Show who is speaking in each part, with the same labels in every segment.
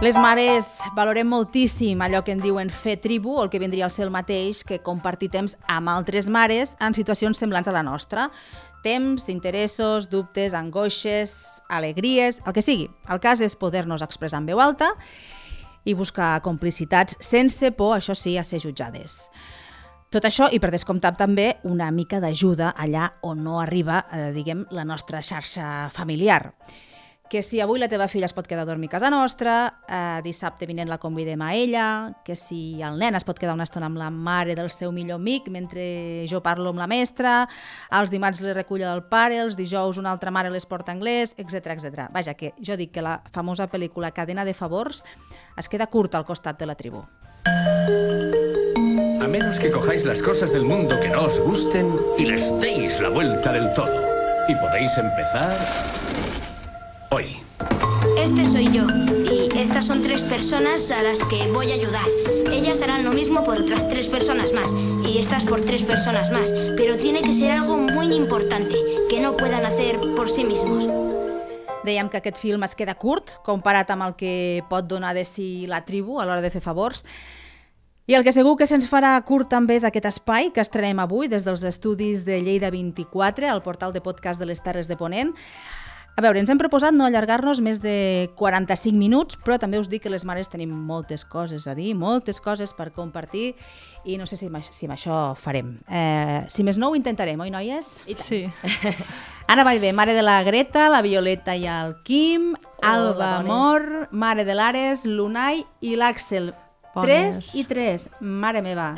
Speaker 1: Les mares valorem moltíssim allò que en diuen fer tribu, el que vindria a ser el mateix, que compartir temps amb altres mares en situacions semblants a la nostra. Temps, interessos, dubtes, angoixes, alegries, el que sigui. El cas és poder-nos expressar en veu alta i buscar complicitats sense por, això sí, a ser jutjades. Tot això, i per descomptat també, una mica d'ajuda allà on no arriba, eh, diguem, la nostra xarxa familiar que si avui la teva filla es pot quedar a dormir a casa nostra, eh, dissabte vinent la convidem a ella, que si el nen es pot quedar una estona amb la mare del seu millor amic mentre jo parlo amb la mestra, els dimarts li recull el pare, els dijous una altra mare les porta anglès, etc etc. Vaja, que jo dic que la famosa pel·lícula Cadena de Favors es queda curta al costat de la tribu.
Speaker 2: A menos que cojáis las cosas del mundo que no os gusten y les deis la vuelta del todo. Y podéis empezar hoy.
Speaker 3: Este soy yo y estas son tres personas a las que voy a ayudar. Ellas harán lo mismo por otras tres personas más y estas por tres personas más. Pero tiene que ser algo muy importante que no puedan hacer por sí mismos.
Speaker 1: Dèiem que aquest film es queda curt comparat amb el que pot donar de si la tribu a l'hora de fer favors. I el que segur que se'ns farà curt també és aquest espai que estrenem avui des dels estudis de Lleida 24, al portal de podcast de les Terres de Ponent. A veure, ens hem proposat no allargar-nos més de 45 minuts, però també us dic que les mares tenim moltes coses a dir, moltes coses per compartir, i no sé si amb, si amb això farem. Eh, si més no, ho intentarem, oi, noies?
Speaker 4: Sí.
Speaker 1: Anna Vallvé, mare de la Greta, la Violeta i el Quim, Alba
Speaker 4: bones.
Speaker 1: Amor, mare de l'Ares, l'Unai i l'Àxel.
Speaker 4: Bones.
Speaker 1: 3 i 3, mare meva.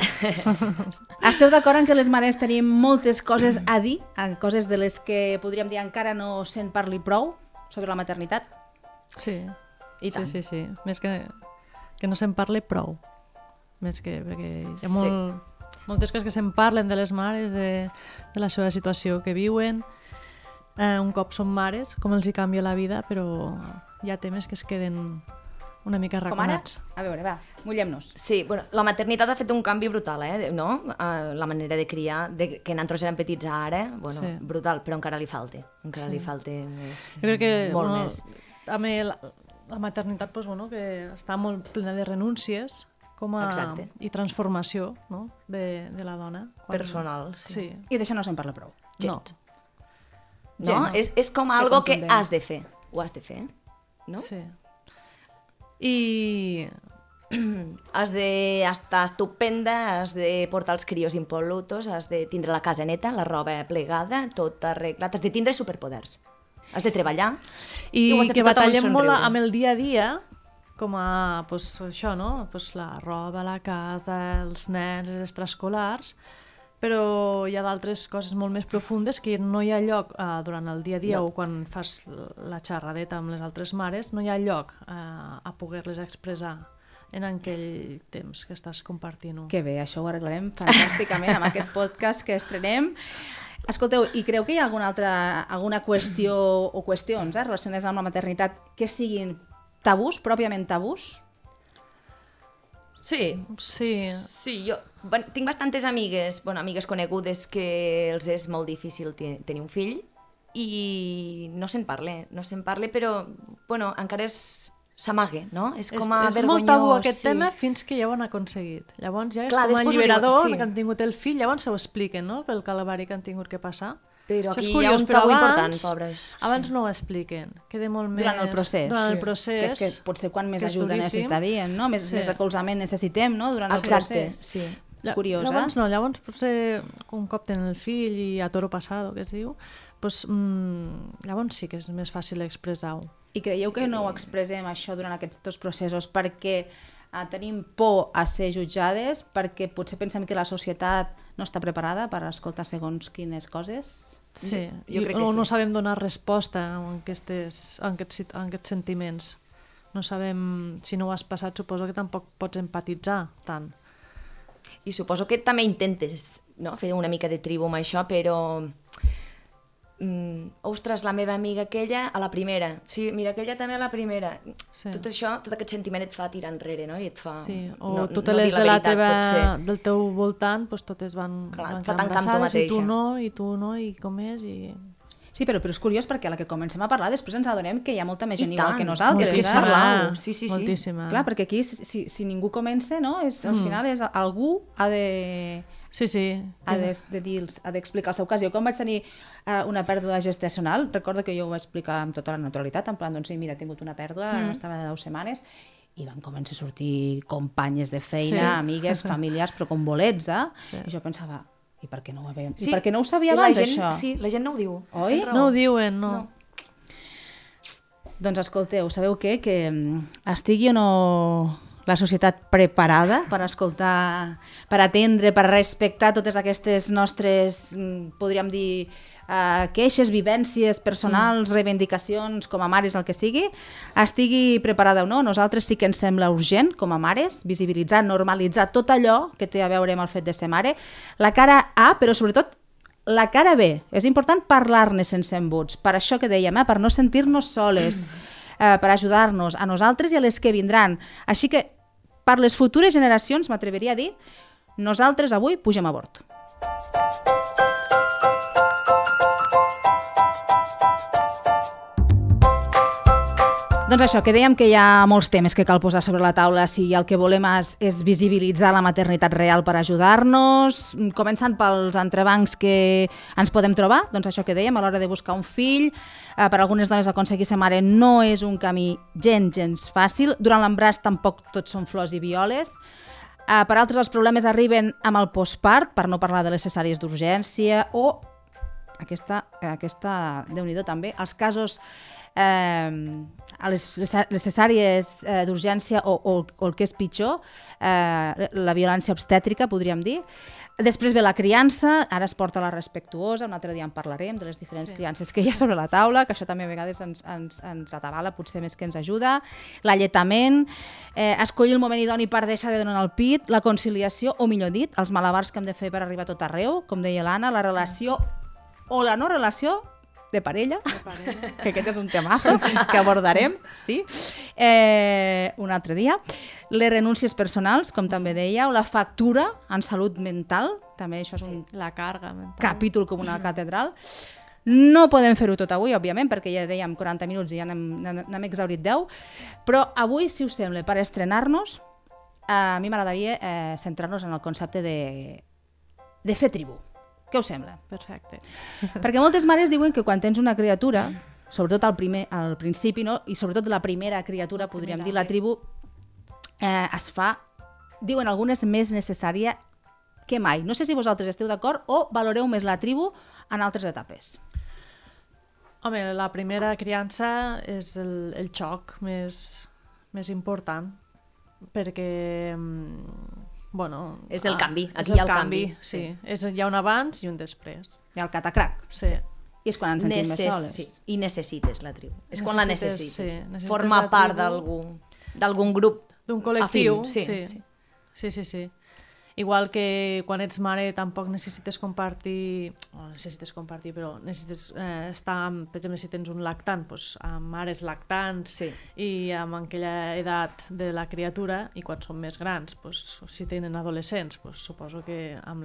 Speaker 1: Esteu d'acord en que les mares tenim moltes coses a dir, en coses de les que podríem dir encara no se'n parli prou sobre la maternitat?
Speaker 4: Sí.
Speaker 5: I
Speaker 4: sí,
Speaker 5: tant.
Speaker 4: sí, sí. Més que, que no se'n parle prou. Més que... Perquè hi ha molt, moltes coses que se'n parlen de les mares, de, de la seva situació que viuen. Eh, un cop són mares, com els hi canvia la vida, però hi ha temes que es queden una mica
Speaker 1: Com ara?
Speaker 4: arraconats.
Speaker 1: A veure, va, mullem-nos.
Speaker 5: Sí, bueno, la maternitat ha fet un canvi brutal, eh? no? Eh, la manera de criar, de que nosaltres érem petits a ara, bueno,
Speaker 4: Sí.
Speaker 5: sí. brutal, però encara li falta. Encara sí. li falta més,
Speaker 4: Jo crec que...
Speaker 5: Mm, molt
Speaker 4: bueno,
Speaker 5: més.
Speaker 4: També la, la maternitat, doncs, bueno, que està molt plena de renúncies com a,
Speaker 5: Exacte.
Speaker 4: i transformació no? de, de la dona.
Speaker 5: Personal, sí.
Speaker 4: sí.
Speaker 1: I d'això no se'n parla prou.
Speaker 4: sí. No.
Speaker 5: No?
Speaker 1: gens.
Speaker 5: És, és com algo que
Speaker 4: contundents.
Speaker 5: has de fer. Ho has de fer, no?
Speaker 4: Sí. I...
Speaker 5: Has de estar estupenda, has de portar els crios impolutos, has de tindre la casa neta, la roba plegada, tot arreglat, has de tindre superpoders. Has de treballar
Speaker 4: I,
Speaker 5: ho has de
Speaker 4: que
Speaker 5: fer tot amb un
Speaker 4: batallem molt
Speaker 5: somriure.
Speaker 4: amb el dia a dia, com a pues, això, no? Pues, la roba, la casa, els nens, els preescolars, però hi ha d'altres coses molt més profundes que no hi ha lloc eh, durant el dia a dia no. o quan fas la xerradeta amb les altres mares, no hi ha lloc eh, a poder-les expressar en aquell temps que estàs compartint-ho.
Speaker 1: Que bé, això ho arreglarem fantàsticament amb aquest podcast que estrenem. Escolteu, i creu que hi ha alguna altra alguna qüestió o qüestions eh, relacionades amb la maternitat que siguin tabús, pròpiament tabús?
Speaker 5: Sí,
Speaker 4: Sí,
Speaker 5: Sí, jo bueno, tinc bastantes amigues, bueno, amigues conegudes que els és molt difícil te tenir un fill i no se'n parle, no se'n parle, però bueno, encara és s'amague, no? És com a
Speaker 4: és, és
Speaker 5: vergonyós.
Speaker 4: molt tabú aquest
Speaker 5: sí.
Speaker 4: tema fins que ja ho han aconseguit. Llavors ja és
Speaker 5: Clar,
Speaker 4: com
Speaker 5: després ho
Speaker 4: a
Speaker 5: diu-
Speaker 4: liberador
Speaker 5: sí.
Speaker 4: que han tingut el fill, llavors s'ho expliquen, no?, pel calvari que han tingut que passar.
Speaker 5: Però
Speaker 4: Això és
Speaker 5: aquí hi ha
Speaker 4: curiós,
Speaker 5: un
Speaker 4: però
Speaker 5: tabú
Speaker 4: abans,
Speaker 5: important, pobres.
Speaker 4: Abans no ho expliquen, queda molt més...
Speaker 1: Durant el procés.
Speaker 4: Durant el
Speaker 1: Sí.
Speaker 4: procés.
Speaker 1: Que és que potser quan més
Speaker 4: que és
Speaker 1: ajuda
Speaker 4: duríssim.
Speaker 1: necessitaríem, no? Més,
Speaker 4: Sí.
Speaker 1: sí. més recolzament necessitem, no? Durant el
Speaker 5: Exacte,
Speaker 1: procés.
Speaker 5: sí.
Speaker 1: És curiós,
Speaker 4: llavors
Speaker 1: eh?
Speaker 4: no, llavors potser un cop tenen el fill i a toro passado, que es diu, doncs, mm, llavors sí que és més fàcil expressar-ho.
Speaker 1: I creieu que no ho expressem això durant aquests dos processos perquè eh, tenim por a ser jutjades, perquè potser pensem que la societat no està preparada per escoltar segons quines coses?
Speaker 4: Sí,
Speaker 5: Jo
Speaker 4: i-
Speaker 5: crec que
Speaker 4: o no
Speaker 5: sí.
Speaker 4: sabem donar resposta a aquestes, a aquests, sit- a aquests sentiments. No sabem, si no ho has passat, suposo que tampoc pots empatitzar tant.
Speaker 5: I suposo que també intentes no? fer una mica de tribu amb això, però... Mm, ostres, la meva amiga aquella a la primera. Sí, mira, aquella també a la primera.
Speaker 4: Sí.
Speaker 5: Sí. Tot això, tot aquest sentiment et fa tirar enrere, no? I et fa...
Speaker 4: Sí, o
Speaker 5: Ah, no,
Speaker 4: no, totes
Speaker 5: no dir
Speaker 4: les de la
Speaker 5: veritat,
Speaker 4: teva,
Speaker 5: potser.
Speaker 4: del teu voltant, doncs totes van,
Speaker 5: Clar,
Speaker 4: van
Speaker 5: et fa
Speaker 4: quedar
Speaker 5: tancar amb tu
Speaker 4: embarassades i tu
Speaker 5: mateixa.
Speaker 4: no, i tu no, i com és, i...
Speaker 1: Sí, però, però és curiós perquè a la que comencem a parlar després ens adonem que hi ha molta més gent
Speaker 5: I
Speaker 1: igual
Speaker 5: tant.
Speaker 1: que nosaltres.
Speaker 5: És que és
Speaker 1: eh?
Speaker 5: parlar-ho, sí, sí, sí.
Speaker 4: Moltíssima.
Speaker 1: Clar, perquè aquí, si, si, si ningú comença, no? És,
Speaker 5: Mm.
Speaker 1: al final és algú ha de
Speaker 4: Sí, sí.
Speaker 1: ha de, de dir-los, ha d'explicar el seu cas. Jo quan vaig tenir eh, una pèrdua gestacional, recordo que jo ho vaig explicar amb tota la naturalitat, en plan, doncs sí, mira, he tingut una pèrdua, mm. estava de 10 setmanes, i van començar a sortir companyes de feina, sí.
Speaker 4: Sí.
Speaker 1: amigues, familiars, però com bolets, eh? Sí.
Speaker 4: Sí.
Speaker 1: I jo pensava, i per què no ho, havíem...
Speaker 5: Sí,
Speaker 1: I per què no ho sabia
Speaker 5: i la
Speaker 1: abans,
Speaker 5: gent,
Speaker 1: això?
Speaker 5: Sí, la gent no ho diu.
Speaker 1: Oi?
Speaker 5: Tens raó.
Speaker 4: No ho diuen, no.
Speaker 5: No.
Speaker 1: Doncs escolteu, sabeu què? Que mm, estigui o no la societat preparada per escoltar, per atendre, per respectar totes aquestes nostres, mm, podríem dir, eh, queixes, vivències personals, reivindicacions, com a mares, el que sigui, estigui preparada o no, a nosaltres sí que ens sembla urgent, com a mares, visibilitzar, normalitzar tot allò que té a veure amb el fet de ser mare, la cara A, però sobretot la cara B. És important parlar-ne sense embuts, per això que dèiem, eh? per no sentir-nos soles, eh, per ajudar-nos a nosaltres i a les que vindran. Així que, per les futures generacions, m'atreviria a dir, nosaltres avui pugem a bord. Doncs això, que dèiem que hi ha molts temes que cal posar sobre la taula si el que volem és, és visibilitzar la maternitat real per ajudar-nos, mm, començant pels entrebancs que ens podem trobar, doncs això que dèiem, a l'hora de buscar un fill, eh, per algunes dones aconseguir ser mare no és un camí gens, gens fàcil, durant l'embràs tampoc tots són flors i violes, eh, per altres els problemes arriben amb el postpart, per no parlar de les cesàries d'urgència, o aquesta, aquesta déu nhi també, els casos eh, a les necessàries eh, d'urgència o, o, o el que és pitjor, eh, la violència obstètrica, podríem dir. Després ve la criança, ara es porta la respectuosa, un altre dia en parlarem de les diferents sí. criances que hi ha sobre la taula, que això també a vegades ens, ens, ens atabala, potser més que ens ajuda, l'alletament, eh, escollir el moment idoni per deixar de donar el pit, la conciliació, o millor dit, els malabars que hem de fer per arribar a tot arreu, com deia l'Anna, la relació o la no relació de parella, que aquest és un temazo que abordarem, sí, eh, un altre dia. Les renúncies personals, com també deia, o la factura en salut mental, també això és un
Speaker 4: La càrrega mental.
Speaker 1: capítol com una catedral. No podem fer-ho tot avui, òbviament, perquè ja dèiem 40 minuts i ja n'hem n'hem exhaurit 10, però avui, si us sembla, per estrenar-nos, a mi m'agradaria eh, centrar-nos en el concepte de, de fer tribu. Què us sembla?
Speaker 4: Perfecte.
Speaker 1: Perquè moltes mares diuen que quan tens una criatura, sobretot al, primer, al principi, no? i sobretot la primera criatura, podríem dir, la tribu, eh, es fa, diuen algunes, més necessària que mai. No sé si vosaltres esteu d'acord o valoreu més la tribu en altres etapes.
Speaker 4: Home, la primera criança és el, el xoc més, més important perquè mm, bueno, ah,
Speaker 5: És el canvi,
Speaker 4: és
Speaker 5: aquí hi ha el canvi,
Speaker 4: sí. És, hi ha un abans i un després
Speaker 1: Hi ha el catacrac.
Speaker 4: sí.
Speaker 1: I és quan ens sentim més
Speaker 5: Necess-
Speaker 1: soles.
Speaker 5: sí, I necessites la tribu. És quan la
Speaker 4: Necessites,
Speaker 5: necessites.
Speaker 4: sí, necessites
Speaker 5: Forma
Speaker 4: la
Speaker 5: part
Speaker 4: tribu.
Speaker 5: d'algú d'algun grup
Speaker 4: d'un col·lectiu
Speaker 5: afín,
Speaker 4: sí. Sí. sí, sí, sí igual que quan ets mare tampoc necessites compartir o necessites compartir però necessites eh, estar amb, per exemple si tens un lactant doncs, amb mares lactants
Speaker 5: Sí.
Speaker 4: i amb aquella edat de la criatura i quan són més grans doncs, si tenen adolescents doncs, suposo que amb,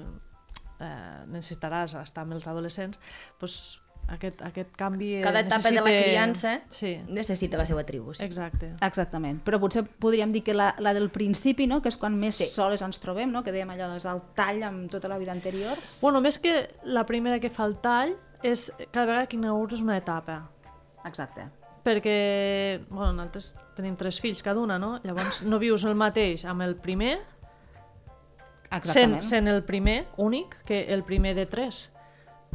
Speaker 4: eh, necessitaràs estar amb els adolescents doncs, aquest, aquest canvi eh,
Speaker 5: Cada etapa de la
Speaker 4: necessita-
Speaker 5: criança
Speaker 4: sí,
Speaker 5: necessita la seva tribu. Sí.
Speaker 4: exacte
Speaker 1: Exactament, però potser podríem dir que la, la del principi, no? que és quan més sí. soles ens trobem, no? que dèiem allò des del tall amb tota la vida anterior.
Speaker 4: Bueno, més que la primera que fa el tall és cada vegada que inaugures una etapa.
Speaker 1: Exacte.
Speaker 4: Perquè, bueno, nosaltres tenim tres fills cada una, no? Llavors no vius el mateix amb el primer, sent,
Speaker 1: Exactament.
Speaker 4: sent el primer únic, que el primer de tres.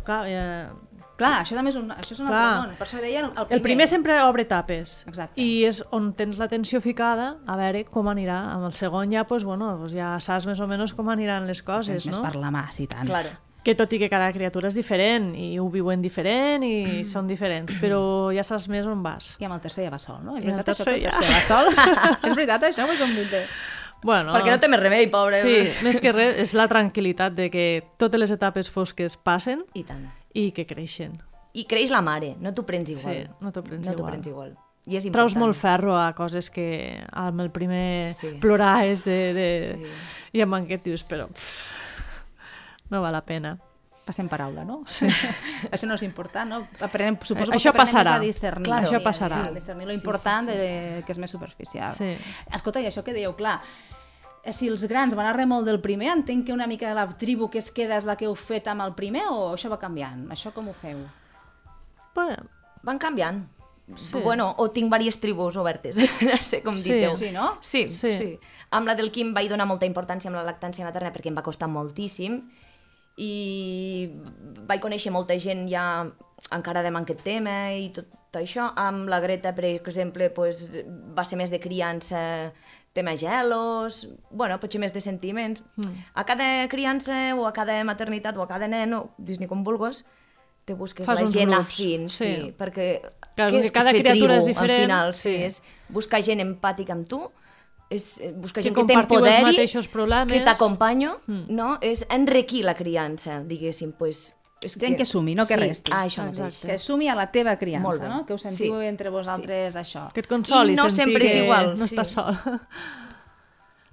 Speaker 4: Clar, eh,
Speaker 1: Clar, això també és un, això és un
Speaker 4: Clar.
Speaker 1: altre món. Per això deia el, el primer.
Speaker 4: el primer sempre obre tapes.
Speaker 1: Exacte.
Speaker 4: I és on tens l'atenció ficada, a veure com anirà. Amb el segon ja, pues, bueno, pues ja saps més o menys com aniran les coses,
Speaker 1: és més
Speaker 4: no?
Speaker 1: per la mà, sí, tant.
Speaker 5: Claro.
Speaker 4: que tot i que cada criatura és diferent i ho viuen diferent i són diferents, però ja saps més on vas.
Speaker 1: I amb el tercer ja va sol, no? És
Speaker 4: I amb el
Speaker 1: veritat això, que
Speaker 4: tercer
Speaker 1: el
Speaker 4: ja.
Speaker 1: tercer va sol? és veritat això o és un mite?
Speaker 4: Bueno,
Speaker 5: Perquè no té eh? més remei, pobre.
Speaker 4: Sí, més que res és la tranquil·litat de que totes les etapes fosques passen
Speaker 5: I tant.
Speaker 4: i que creixen.
Speaker 5: I creix la mare, no t'ho prens igual.
Speaker 4: Sí, no t'ho prens
Speaker 5: no
Speaker 4: igual.
Speaker 5: prens igual. I és important.
Speaker 4: Traus molt ferro a coses que amb el primer
Speaker 5: Sí.
Speaker 4: sí. plorar és de... de...
Speaker 5: Sí.
Speaker 4: Sí. I amb aquest dius, però... Pff, no val la pena.
Speaker 1: Passem paraula, no? Sí. Això no és important, no? Aprenem, suposo que
Speaker 4: Eh, Això
Speaker 1: aprenem més
Speaker 4: passarà.
Speaker 1: a discernir.
Speaker 4: Clar, això
Speaker 1: sí,
Speaker 4: passarà.
Speaker 1: Sí, a discernir
Speaker 5: Sí, sí,
Speaker 1: l'important
Speaker 5: sí.
Speaker 1: sí, sí, sí. que és més superficial.
Speaker 4: Sí.
Speaker 1: Escolta, i això que dieu, clar, eh, si els grans van a remol del primer, entenc que una mica la tribu que es queda és la que heu fet amb el primer o això va canviant? Això com ho feu?
Speaker 4: Bueno,
Speaker 5: Van canviant.
Speaker 4: Sí.
Speaker 5: Sí. Bueno, o tinc diverses tribus obertes, no sé com
Speaker 4: Sí.
Speaker 5: diteu.
Speaker 1: Sí, no?
Speaker 5: Sí,
Speaker 4: Sí.
Speaker 5: sí, sí. Amb la del Quim vaig donar molta importància amb la lactància materna perquè em va costar moltíssim i vaig conèixer molta gent ja encara de amb aquest tema i tot això. Amb la Greta, per exemple, pues, va ser més de criança, tema gelos, bueno, potser més de sentiments. Mm. A cada criança o a cada maternitat o a cada nen, o Disney com vulguis, te busques
Speaker 4: Fas
Speaker 5: la
Speaker 4: uns
Speaker 5: gent
Speaker 4: grups,
Speaker 5: afins,
Speaker 4: sí.
Speaker 5: sí. sí, perquè
Speaker 4: Clar,
Speaker 5: què
Speaker 4: perquè cada
Speaker 5: fer
Speaker 4: criatura és
Speaker 5: tribu,
Speaker 4: diferent,
Speaker 5: Al final, sí.
Speaker 4: sí.
Speaker 5: és buscar gent empàtica amb tu, és eh, buscar
Speaker 4: Que
Speaker 5: gent que
Speaker 4: compartiu els
Speaker 5: t'empoderi,
Speaker 4: mateixos problemes.
Speaker 5: que t'acompanyo, mm. no? És enriquir la criança, diguéssim. Pues, és
Speaker 1: Gent que sumi, no que
Speaker 5: sí,
Speaker 1: resti.
Speaker 5: Ah, això
Speaker 1: Exacte.
Speaker 5: mateix.
Speaker 1: Que sumi a la teva
Speaker 5: Molt
Speaker 1: criança,
Speaker 5: bé.
Speaker 1: no? Que us sentiu
Speaker 5: Sí.
Speaker 1: entre vosaltres això.
Speaker 4: que et consoli
Speaker 5: I no
Speaker 4: sentir
Speaker 5: sempre és
Speaker 4: que
Speaker 5: igual,
Speaker 4: no
Speaker 5: sí.
Speaker 4: estàs sol.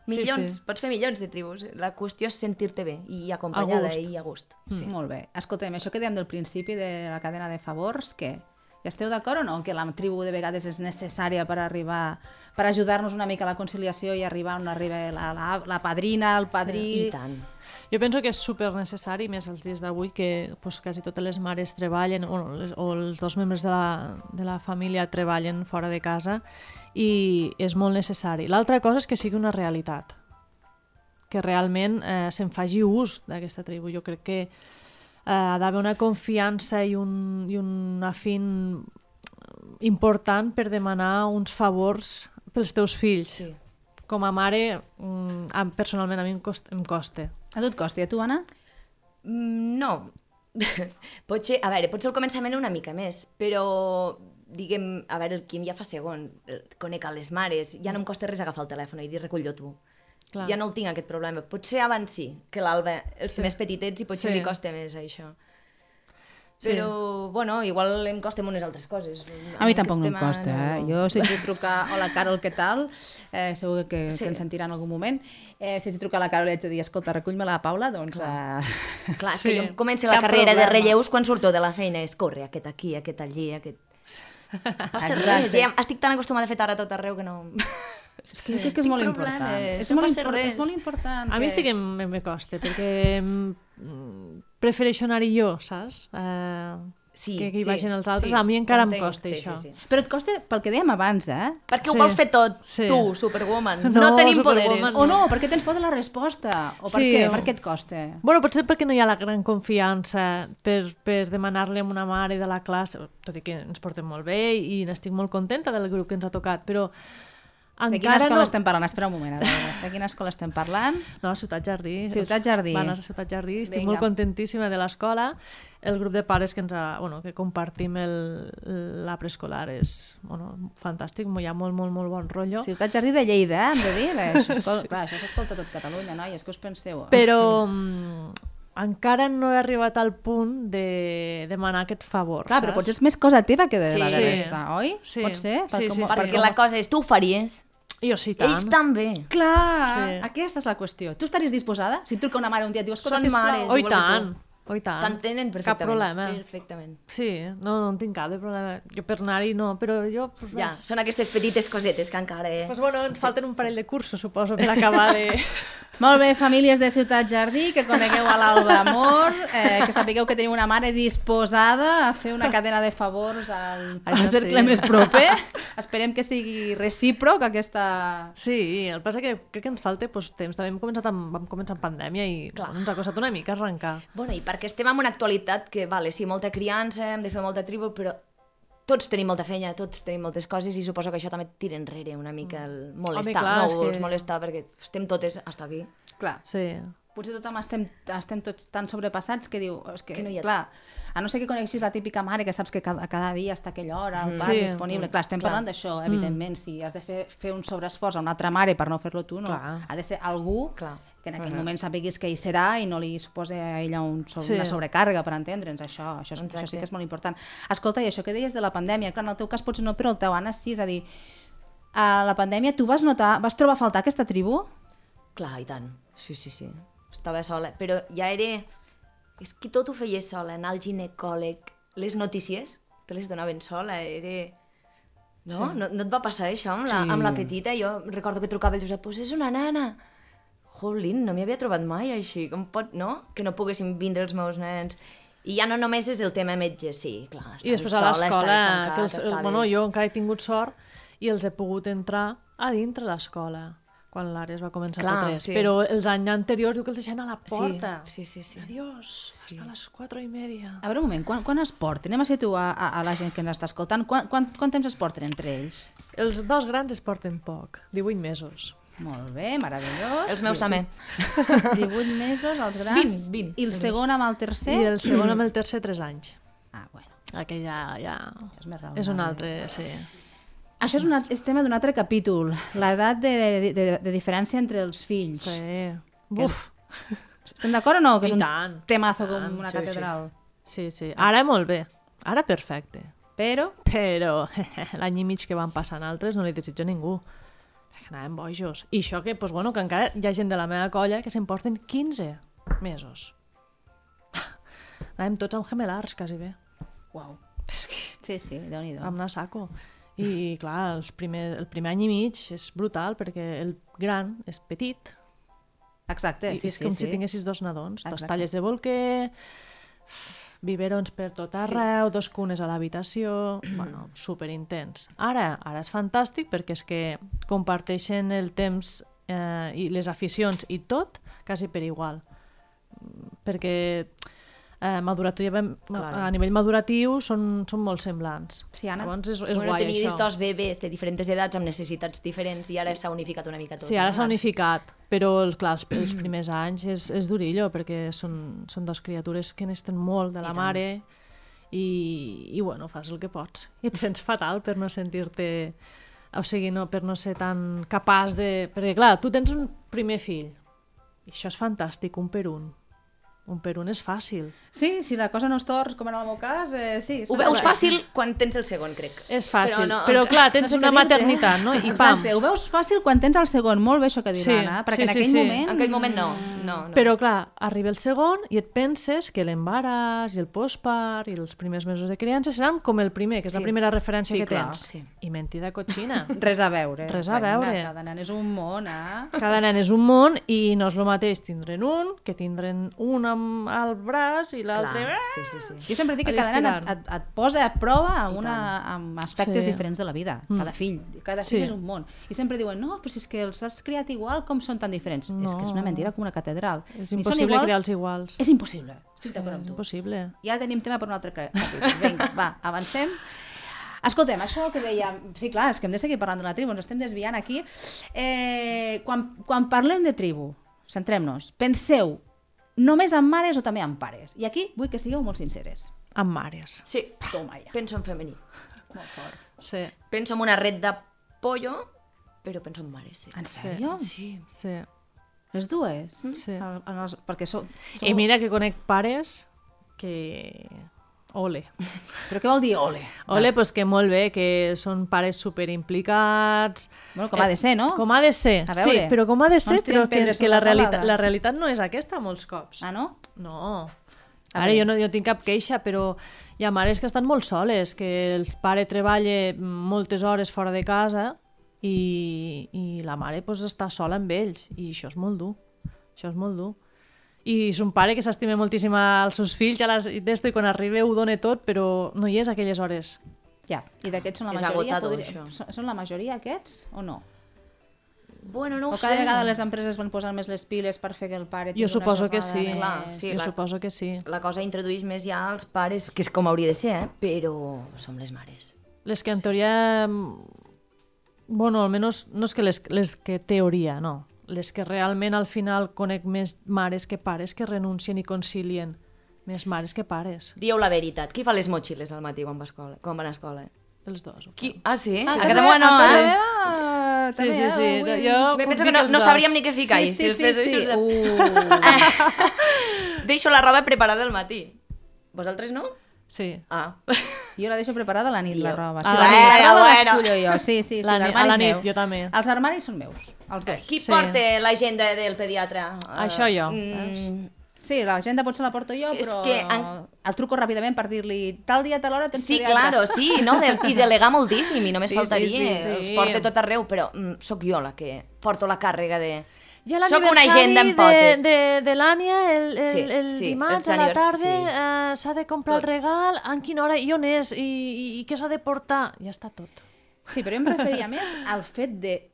Speaker 5: Milions,
Speaker 4: Sí, sí.
Speaker 5: pots fer milions de tribus. La qüestió és sentir-te bé i acompanyada
Speaker 4: gust. Mm.
Speaker 5: i a gust.
Speaker 1: Sí. Molt bé. Escolta'm, això que dèiem del principi de la cadena de favors, que hi esteu d'acord o no? Que la tribu de vegades és necessària per arribar, per ajudar-nos una mica a la conciliació i arribar on arriba la, la, la padrina, el padrí...
Speaker 5: I tant.
Speaker 4: Jo penso que és super necessari, més els dies d'avui, que pues, quasi totes les mares treballen o, les, o els dos membres de la, de la família treballen fora de casa i és molt necessari. L'altra cosa és que sigui una realitat, que realment eh, se'n faci ús d'aquesta tribu. Jo crec que eh, ha d'haver una confiança i un, i un afín important per demanar uns favors pels teus fills.
Speaker 5: Sí.
Speaker 4: Com a mare, mm, a- personalment a mi em costa, em costa
Speaker 1: A tu et costi, a tu, Anna?
Speaker 5: Mm, No. potser, a veure, potser al començament una mica més, però diguem, a veure, el Quim ja fa segon, eh, conec a les mares, ja no em costa res agafar el telèfon i dir recullo tu.
Speaker 4: Clar.
Speaker 5: Clar. Ja no el tinc aquest problema. Potser abans sí, que l'Alba els sí. més petitets i potser
Speaker 4: Sí.
Speaker 5: sí. li costa més això.
Speaker 4: Sí.
Speaker 5: Però, bueno, igual em costa amb unes altres coses.
Speaker 1: A mi tampoc no em
Speaker 5: Aquest tema
Speaker 1: costa, eh? Jo si ets a trucar, hola Carol, què tal? Eh, segur que, sí.
Speaker 5: Sí.
Speaker 1: que ens sentirà en algun moment. Eh, si ets a trucar a la Carol i ets a dir, escolta, recull-me la Paula, doncs... Eh...
Speaker 5: Clar, és
Speaker 4: Sí.
Speaker 5: sí. que jo començo la
Speaker 1: Cap
Speaker 5: carrera
Speaker 1: problema.
Speaker 5: de relleus quan surto de la feina, és corre, aquest aquí, aquest allí, aquest... No passa res,
Speaker 1: Exacte.
Speaker 5: ja estic tan acostumada a fer tara a tot arreu que no...
Speaker 1: És que jo crec que és
Speaker 5: Tinc
Speaker 1: molt
Speaker 5: problemes,
Speaker 1: important. És
Speaker 5: no
Speaker 1: molt,
Speaker 5: passa
Speaker 1: impor
Speaker 5: res.
Speaker 1: és molt important.
Speaker 4: A mi sí que em, em me costa, perquè mm, prefereixo anar-hi jo, saps? Eh,
Speaker 5: Sí,
Speaker 4: que que hi
Speaker 5: sí,
Speaker 4: vagin els altres.
Speaker 5: sí,
Speaker 4: a mi encara
Speaker 5: ho
Speaker 4: em
Speaker 5: entenc,
Speaker 4: costa
Speaker 5: sí,
Speaker 4: això.
Speaker 5: sí, sí.
Speaker 1: Però et costa pel que dèiem abans, eh?
Speaker 5: Perquè
Speaker 4: Sí.
Speaker 5: ho vols fer tot,
Speaker 4: Sí.
Speaker 5: tu, Superwoman.
Speaker 4: No,
Speaker 5: No, tenim
Speaker 4: Superwoman,
Speaker 5: poderes.
Speaker 1: O no, perquè tens por de la resposta. O per
Speaker 4: Sí,
Speaker 1: què?
Speaker 4: o-
Speaker 1: Per què et costa?
Speaker 4: Bueno, potser perquè no hi ha la gran confiança per, per demanar-li a una mare de la classe, tot i que ens portem molt bé i n'estic molt contenta del grup que ens ha tocat, però
Speaker 1: De quina
Speaker 4: encara
Speaker 1: escola
Speaker 4: no...
Speaker 1: estem parlant? Espera un moment, a veure. De quina escola estem parlant?
Speaker 4: No, a Ciutat Jardí.
Speaker 1: Ciutat Jardí.
Speaker 4: Van a Ciutat Jardí. Estic
Speaker 1: Vinga.
Speaker 4: molt contentíssima de l'escola. El grup de pares que, ens ha, bueno, que compartim el- la preescolar és bueno, fantàstic, hi ha molt, molt, molt bon rotllo. Sí.
Speaker 1: Ciutat Jardí de Lleida, eh? hem de dir. Bé, això, escol... Clar, això s'escolta a tot Catalunya, noies, què us penseu?
Speaker 4: Però mm, encara no he arribat al punt de demanar aquest favor.
Speaker 1: Clar, però
Speaker 4: saps?
Speaker 1: potser és més cosa teva que de la
Speaker 5: Sí.
Speaker 1: de resta, oi?
Speaker 4: Sí.
Speaker 1: Pot ser?
Speaker 4: Sí, sí, sí.
Speaker 5: Perquè la cosa és, tu ho faries.
Speaker 4: Jo sí, tant.
Speaker 5: Ells també.
Speaker 1: Clar, sí.
Speaker 4: Sí.
Speaker 1: aquesta és la qüestió. Tu estaries disposada? Si et truca una mare un dia i et diu, escolta,
Speaker 5: Són
Speaker 1: sisplau,
Speaker 5: mares,
Speaker 4: Oh, i
Speaker 5: igual que
Speaker 4: tant.
Speaker 5: tu.
Speaker 4: Oh, i tant.
Speaker 5: T'entenen
Speaker 4: Cap
Speaker 5: perfectament.
Speaker 4: problema.
Speaker 5: Perfectament.
Speaker 4: Sí, no, no en tinc cap de problema. Jo per anar-hi no, però jo... Pues,
Speaker 5: Ja,
Speaker 4: res.
Speaker 5: són aquestes petites cosetes que encara... Eh?
Speaker 4: Pues bueno, ens falten un parell de cursos, suposo, per acabar de...
Speaker 1: Molt bé, famílies de Ciutat Jardí, que conegueu a l'Alba Amor, eh, que sapigueu que teniu una mare disposada a fer una cadena de favors al, al
Speaker 4: Això sí.
Speaker 1: cercle sí. més proper. Esperem que sigui recíproc aquesta...
Speaker 4: Sí, el que passa que crec que ens falta doncs, temps. També hem començat amb, vam començar amb pandèmia i
Speaker 5: Clar.
Speaker 4: bueno, ens ha costat una mica arrencar.
Speaker 5: Bueno, i perquè estem en una actualitat que, vale, sí, molta criança, hem de fer molta tribu, però tots tenim molta feina, tots tenim moltes coses i suposo que això també et tira enrere una mica el molestar.
Speaker 4: Mm. clar, és
Speaker 5: no vols
Speaker 4: que-
Speaker 5: molestar perquè estem totes hasta aquí.
Speaker 1: Clar,
Speaker 4: Sí.
Speaker 1: potser tothom estem, estem tots tan sobrepassats que diu, "Oh, és que,
Speaker 5: Que no hi ha-
Speaker 1: clar, a no ser que coneixis la típica mare que saps que cada, cada dia està a aquella hora, el bar
Speaker 4: Sí.
Speaker 1: sí. disponible, clar, estem
Speaker 5: Mm. Clar.
Speaker 1: clar. parlant d'això, evidentment, mm. si has de fer, fer un sobreesforç a una altra mare per no fer-lo tu, no,
Speaker 4: Clar.
Speaker 1: ha de ser algú
Speaker 5: Clar.
Speaker 1: que en aquell
Speaker 5: Mhm.
Speaker 1: moment sàpiguis que hi serà i no li suposa a ella un, so-
Speaker 4: Sí.
Speaker 1: una sobrecàrrega, per entendre'ns, això, això, és, això
Speaker 5: Exacte.
Speaker 1: sí que és molt important. Escolta, i això que deies de la pandèmia, clar, en el teu cas potser no, però el teu, Anna, sí, és a dir, a la pandèmia tu vas notar, vas trobar a faltar aquesta tribu?
Speaker 5: Clar, i tant. Sí, sí, sí. Estava sola, però ja era És que tot ho feia sola, anar al ginecòleg, les notícies, te les donaven sola, era... No? Sí. no, no et va passar això amb la, sí. amb la petita? Jo recordo que trucava el Josep, pues és una nana. Jolín, no m'hi havia trobat mai així, com pot, no? Que no poguessin vindre els meus nens. I ja no només és el tema metge, sí, clar.
Speaker 4: I després a l'escola, que els, el, bueno, jo encara he tingut sort i els he pogut entrar a dintre l'escola quan l'àrea es va començar
Speaker 5: Clar,
Speaker 4: a P3.
Speaker 5: sí.
Speaker 4: Sí. Però els anys anteriors diu que els deixen a la porta.
Speaker 5: Sí, sí, sí, sí.
Speaker 4: Adiós, sí. hasta les 4 i media.
Speaker 1: A veure un moment, quan, quan es porten? Anem a situar a, a la gent que ens està escoltant. Quan, quan, quant temps es porten entre ells?
Speaker 4: Els dos grans es porten poc, 18 mesos.
Speaker 1: Molt bé, meravellós.
Speaker 5: Els meus sí, també.
Speaker 1: 18 mesos, els grans.
Speaker 5: 20, 20.
Speaker 1: I el segon amb el
Speaker 4: Sí?
Speaker 1: tercer?
Speaker 4: I el segon amb el tercer, 3 anys.
Speaker 1: Ah, bueno.
Speaker 4: Aquell ja, ja...
Speaker 1: És més raonable.
Speaker 4: És un altre, sí.
Speaker 1: Això és, una, és tema d'un altre capítol, l'edat de, de, de, de diferència entre els fills.
Speaker 4: Sí. Buf.
Speaker 1: Estem d'acord o no? Que és
Speaker 4: I
Speaker 1: un
Speaker 4: tant,
Speaker 1: temazo
Speaker 4: i
Speaker 1: com
Speaker 4: tant,
Speaker 1: una
Speaker 4: sí, sí.
Speaker 1: catedral.
Speaker 4: Sí, sí. Ara molt bé. Ara perfecte.
Speaker 1: Però
Speaker 4: Però l'any i mig que van passant altres no li desitjo a ningú. Perquè anàvem bojos. I això que, doncs, bueno, que encara hi ha gent de la meva colla que se'n porten 15 mesos. Anàvem tots amb gemelars, quasi bé.
Speaker 1: Uau. Sí, sí, déu nhi
Speaker 4: Vam anar a saco. I, clar, el primer, el primer any i mig és brutal perquè el gran és petit.
Speaker 1: Exacte,
Speaker 4: I
Speaker 1: sí,
Speaker 4: és
Speaker 1: sí.
Speaker 4: com
Speaker 1: sí.
Speaker 4: si tinguessis dos nadons. Dos
Speaker 1: Exacte.
Speaker 4: talles de bolquer, biberons per tot arreu, sí. dos cunes a l'habitació... bueno, superintens. Ara, ara és fantàstic perquè és que comparteixen el temps eh, i les aficions i tot quasi per igual. Mm, Perquè eh, maduratiu, a nivell maduratiu són, són molt semblants.
Speaker 1: Sí, Anna.
Speaker 4: Llavors és, és
Speaker 5: bueno,
Speaker 4: guai,
Speaker 5: tenies
Speaker 4: això.
Speaker 5: dos bebès de diferents edats amb necessitats diferents i ara s'ha unificat una mica tot.
Speaker 4: Sí, ara
Speaker 5: no?
Speaker 4: s'ha unificat, però el- clar, els, els primers anys és, és durillo, perquè són, són dos criatures que n'esten molt de la mare i, i bueno, fas el que pots. I et sents fatal per no sentir-te... O sigui, no, per no ser tan capaç de... Perquè clar, tu tens un primer fill, i això és fantàstic, un per un. Un per un és fàcil.
Speaker 1: Sí, si la cosa no es torç, com en el meu cas, eh, sí. és
Speaker 5: Ho veus
Speaker 1: veritat.
Speaker 5: fàcil quan tens el segon, crec.
Speaker 4: És fàcil, però, no, però clar, tens
Speaker 1: sé què
Speaker 4: una
Speaker 1: dir-te.
Speaker 4: maternitat, no? I pam,
Speaker 1: eh? Exacte, ho veus fàcil quan tens el segon, molt bé això que diu
Speaker 4: Sí,
Speaker 1: l'Anna, eh? perquè
Speaker 4: sí,
Speaker 1: en
Speaker 4: sí,
Speaker 1: aquell
Speaker 4: sí.
Speaker 5: En
Speaker 1: moment...
Speaker 5: aquell moment no. no, no.
Speaker 4: Però clar, arriba el segon i et penses que l'embaràs i el postpart i els primers mesos de criança seran com el primer, que és sí. la primera referència
Speaker 5: Sí,
Speaker 4: que
Speaker 5: clar,
Speaker 4: tens.
Speaker 5: sí.
Speaker 4: I mentida cotxina.
Speaker 1: Res a veure.
Speaker 4: Res a
Speaker 1: Reina,
Speaker 4: veure.
Speaker 1: Cada nen és un món, eh?
Speaker 4: Cada nen és un món i no és el mateix tindre'n un que tindre'n un amb al braç i l'altre... Eh,
Speaker 5: Clar, sí, sí, sí.
Speaker 1: Jo sempre dic que
Speaker 4: Allò
Speaker 1: cada nen et,
Speaker 4: estirant.
Speaker 1: et, et posa a prova amb, una, amb aspectes
Speaker 4: Sí. Mm.
Speaker 1: diferents de la vida, cada fill. Cada fill
Speaker 4: Sí.
Speaker 1: és un món. I sempre diuen, no, però si és que els has criat igual, com són tan diferents? És que és una mentira com una catedral. Ni
Speaker 4: És
Speaker 1: són
Speaker 4: impossible
Speaker 1: iguals,
Speaker 4: crear els iguals.
Speaker 1: És impossible, estic d'acord
Speaker 4: És
Speaker 1: amb tu.
Speaker 4: impossible.
Speaker 1: Ja tenim tema per un altre capítol. Vinga, va, avancem. Escoltem, això que dèiem... Sí, clar, és que hem de seguir parlant de la tribu, ens estem desviant aquí. Eh, quan, quan parlem de tribu, centrem-nos, penseu només en mares o també en pares? I aquí vull que sigueu molt sinceres.
Speaker 4: Amb mares.
Speaker 5: Sí,
Speaker 1: Toma ja.
Speaker 5: penso en femení.
Speaker 1: Molt fort.
Speaker 4: Sí,
Speaker 5: Penso en una red de pollo, però penso en mares, sí.
Speaker 1: En sèrio? Sí.
Speaker 5: Sí.
Speaker 4: sí.
Speaker 1: Les dues?
Speaker 4: Sí.
Speaker 1: En, en els, perquè sou, sou...
Speaker 4: I mira que conec pares que... Ole.
Speaker 1: Però què vol dir ole?
Speaker 4: Ole, doncs que molt bé, que són pares superimplicats...
Speaker 1: Bueno, com ha de ser, no?
Speaker 4: Com ha de ser,
Speaker 1: A
Speaker 4: sí,
Speaker 1: veure.
Speaker 4: però com ha de
Speaker 1: No
Speaker 4: ser,
Speaker 1: ens tirem
Speaker 4: però que,
Speaker 1: pedres
Speaker 4: que
Speaker 1: sobre
Speaker 4: la,
Speaker 1: la
Speaker 4: realitat,
Speaker 1: teulada.
Speaker 4: la realitat no és aquesta molts cops.
Speaker 1: Ah, no?
Speaker 4: No.
Speaker 1: A
Speaker 4: Ara
Speaker 1: veure.
Speaker 4: jo no, jo tinc cap queixa, però hi ha mares que estan molt soles, que el pare treballa moltes hores fora de casa i, i la mare pues, està sola amb ells, i això és molt dur. Això és molt dur. I és un pare que s'estima moltíssim als seus fills, a les, d'esto, i quan arriba ho dona tot, però no hi és a aquelles hores.
Speaker 1: Ja, i d'aquests són la
Speaker 5: És
Speaker 1: majoria...
Speaker 5: agotador, això.
Speaker 1: Són- Són la majoria aquests o no?
Speaker 5: Bueno, no ho
Speaker 1: O cada
Speaker 5: sé.
Speaker 1: vegada les empreses van posant més les piles per fer que el pare tingui
Speaker 4: Jo
Speaker 1: una
Speaker 4: suposo que
Speaker 1: jornada
Speaker 4: sí.
Speaker 1: més.
Speaker 5: Clar, sí,
Speaker 4: jo
Speaker 5: la-
Speaker 4: suposo que sí.
Speaker 5: La cosa introdueix més ja als pares, que és com hauria de ser, eh? però som les mares.
Speaker 4: Les que en teoria... mm, Bueno, almenys no és que les, les que teoria, no. Les que realment al final conec més mares que pares que renuncien i concilien. Més mares que pares.
Speaker 5: Dieu la veritat, qui fa les motxilles al matí quan, va a escola, quan van a escola?
Speaker 4: Els dos. ho
Speaker 5: Qui? Ah, sí?
Speaker 1: Ah,
Speaker 5: a
Speaker 1: casa
Speaker 5: casa meva no,
Speaker 1: a casa
Speaker 5: eh?
Speaker 1: meva, també,
Speaker 4: sí,
Speaker 1: eh,
Speaker 4: sí,
Speaker 1: avui.
Speaker 4: no, jo-
Speaker 5: Bé,
Speaker 4: Puc
Speaker 5: penso
Speaker 4: dir
Speaker 5: que no,
Speaker 4: que els
Speaker 5: no
Speaker 4: dos.
Speaker 5: sabríem ni què ficar. i Si els fes
Speaker 1: 50-50.
Speaker 5: això,
Speaker 1: Uh,
Speaker 5: Deixo la roba preparada al matí. Vosaltres no?
Speaker 4: fan. Sí.
Speaker 5: Ah.
Speaker 1: jo la deixo preparada a la nit, la
Speaker 5: Tio.
Speaker 1: roba.
Speaker 4: A
Speaker 1: Sí,
Speaker 4: la
Speaker 1: la,
Speaker 4: nit,
Speaker 1: nit, la roba
Speaker 5: bueno.
Speaker 1: l'escullo jo, sí, sí, sí
Speaker 4: La nit-
Speaker 1: l'armari
Speaker 4: a la
Speaker 1: és
Speaker 4: nit,
Speaker 1: meu.
Speaker 4: jo també.
Speaker 1: Els armaris són meus, els dos.
Speaker 5: Qui
Speaker 4: Sí.
Speaker 5: porta l'agenda del pediatre? Eh,
Speaker 4: Això jo.
Speaker 5: Mm,
Speaker 1: Sí, l'agenda potser la porto jo,
Speaker 5: És
Speaker 1: però
Speaker 5: que en-
Speaker 1: el truco ràpidament per dir-li tal dia, tal hora, tens
Speaker 5: Sí,
Speaker 1: que dir
Speaker 5: claro,
Speaker 1: altre".
Speaker 5: sí, no? De, i delegar moltíssim, i només
Speaker 1: Sí,
Speaker 5: sí,
Speaker 1: sí,
Speaker 5: faltaria, sí,
Speaker 1: sí,
Speaker 5: sí,
Speaker 1: sí.
Speaker 5: eh? els porta tot arreu, però mm, sóc jo la que porto la càrrega de...
Speaker 4: Hi ha
Speaker 5: Sóc una
Speaker 4: l'aniversari
Speaker 5: agenda en potes.
Speaker 4: De, de, de l'Ània el, el,
Speaker 5: Sí,
Speaker 4: sí, el
Speaker 5: sí,
Speaker 4: dimarts
Speaker 5: els
Speaker 4: a la
Speaker 5: anivers-
Speaker 4: tarda
Speaker 5: sí.
Speaker 4: s'ha eh, s'ha de comprar
Speaker 5: Tot.
Speaker 4: el regal, en quina hora i on és, i, i, i què s'ha de portar. Ja està tot.
Speaker 1: Sí, però jo em referia més al fet de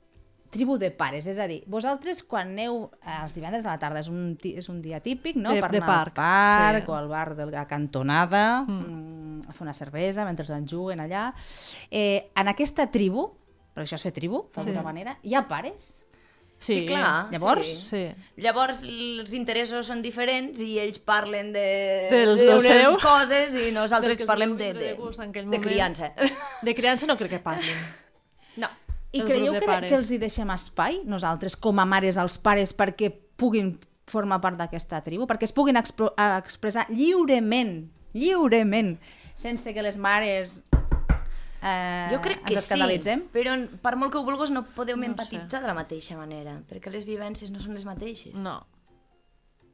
Speaker 1: tribu de pares, és a dir, vosaltres quan aneu eh, els divendres a la tarda, és un, ti- és un dia típic, no?
Speaker 4: De-
Speaker 1: per
Speaker 4: de
Speaker 1: anar
Speaker 4: parc,
Speaker 1: al parc
Speaker 4: sí.
Speaker 1: o al bar de la cantonada, mm. a fer una cervesa mentre en juguen allà. Eh, en aquesta tribu, perquè això és fer tribu, d'alguna
Speaker 4: Sí.
Speaker 1: manera, hi ha pares?
Speaker 5: Sí, clar.
Speaker 1: Llavors?
Speaker 5: sí.
Speaker 4: Sí.
Speaker 5: Llavors els interessos són diferents i ells parlen de,
Speaker 4: Del-
Speaker 5: de
Speaker 4: del
Speaker 5: unes
Speaker 4: seu.
Speaker 5: coses i
Speaker 4: Del
Speaker 5: nosaltres
Speaker 4: que els
Speaker 5: parlem
Speaker 4: deu
Speaker 5: de,
Speaker 4: vindre
Speaker 5: de,
Speaker 4: de gust en aquell
Speaker 5: de
Speaker 4: moment.
Speaker 5: criança.
Speaker 4: De criança no crec que parlin.
Speaker 5: No.
Speaker 1: I
Speaker 4: El
Speaker 1: creieu
Speaker 4: grup de
Speaker 1: que,
Speaker 4: pares.
Speaker 1: que els hi deixem espai, nosaltres, com a mares, als pares, perquè puguin formar part d'aquesta tribu, perquè es puguin expro- eh, expressar lliurement, lliurement, sense que les mares eh,
Speaker 5: Jo crec que
Speaker 1: ens escandalitzem?
Speaker 5: sí, però per molt que ho vulguis no podeu no
Speaker 4: sé.
Speaker 5: empatitzar de la mateixa manera, perquè les vivències no són les mateixes.
Speaker 4: No.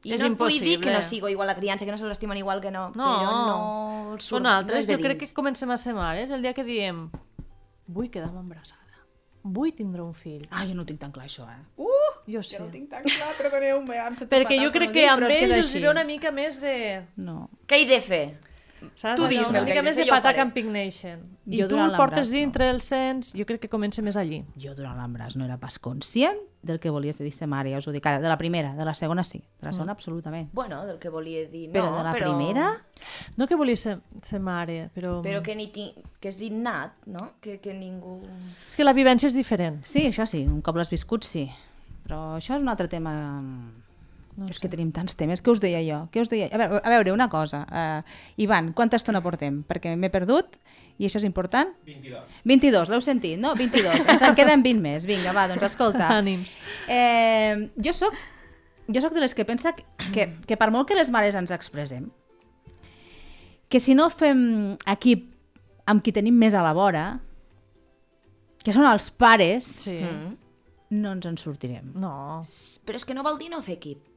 Speaker 5: I
Speaker 4: És
Speaker 5: no et vull dir que
Speaker 4: impossible.
Speaker 5: no sigo igual la criança, que no se l'estimen igual que no,
Speaker 4: No.
Speaker 5: però no els surt, no és
Speaker 4: Nosaltres
Speaker 5: de
Speaker 4: jo crec que
Speaker 5: dins.
Speaker 4: comencem a ser mares el dia que diem vull quedar-me embarassada, vull tindre un fill.
Speaker 1: Ah, jo no ho tinc tan clar, això, eh?
Speaker 5: Uh.
Speaker 4: Jo sé.
Speaker 1: tan clar, perdoneu-me.
Speaker 4: Perquè jo crec que amb ells els hi ve una mica més de...
Speaker 1: No.
Speaker 5: Què hi he de fer?
Speaker 4: Saps?
Speaker 5: Tu
Speaker 4: Allò,
Speaker 5: dis-me
Speaker 4: Una
Speaker 5: el que
Speaker 4: mica
Speaker 5: has de
Speaker 4: més
Speaker 5: fer,
Speaker 4: de
Speaker 5: jo ho
Speaker 4: patar
Speaker 5: faré.
Speaker 4: Camping Nation. I
Speaker 1: Jo
Speaker 4: tu
Speaker 1: durant
Speaker 4: el portes
Speaker 1: l'embaràs, no.
Speaker 4: dintre el sens, jo crec que comença més allí.
Speaker 1: Jo durant l'embràs no era pas conscient del que volies dir ser mare, ja us ho dic ara. De la primera, de la segona sí. De la segona, absolutament.
Speaker 5: Bueno, del que volia dir. No,
Speaker 1: Però de la
Speaker 5: Mm. però...
Speaker 1: primera?
Speaker 4: No que volies ser, ser mare, però...
Speaker 5: Però que, ni ti... que és innat, no? Que, que ningú...
Speaker 4: És que la vivència és diferent.
Speaker 1: Sí, això sí, un cop l'has viscut, sí. Però això és un altre tema... No
Speaker 4: No
Speaker 1: és que tenim tants temes. Què us deia jo? Què us deia? A veure, a veure una cosa. Uh, Ivan, quanta estona portem? Perquè m'he perdut i això és important. 22. 22, l'heu sentit, no? 22. Ens en queden 20 més. Vinga, va, doncs escolta.
Speaker 4: Ànims.
Speaker 1: Eh, jo sóc jo sóc de les que pensa que, que, que per molt que les mares ens expressem, que si no fem equip amb qui tenim més a la vora, que són els pares,
Speaker 4: Sí. Mm.
Speaker 5: Mm.
Speaker 1: no ens en sortirem.
Speaker 4: No.
Speaker 5: Però és que no vol dir no fer equip.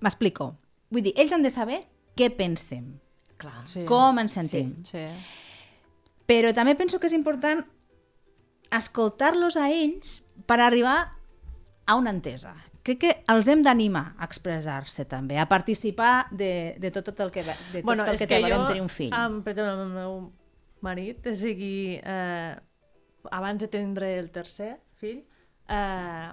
Speaker 1: M'explico. Vull dir, ells han de saber què pensem,
Speaker 5: Clar.
Speaker 4: Sí.
Speaker 1: com ens sentim.
Speaker 4: Sí.
Speaker 1: Però també penso que és important escoltar-los a ells per arribar a una entesa. Crec que els hem d'animar a expressar-se també, a participar de, de tot, tot el que, va- de tot bueno, el que, que treballarem tenir un fill.
Speaker 4: Amb, per exemple, amb el meu marit, o sigui, eh, abans de tindre el tercer fill, eh,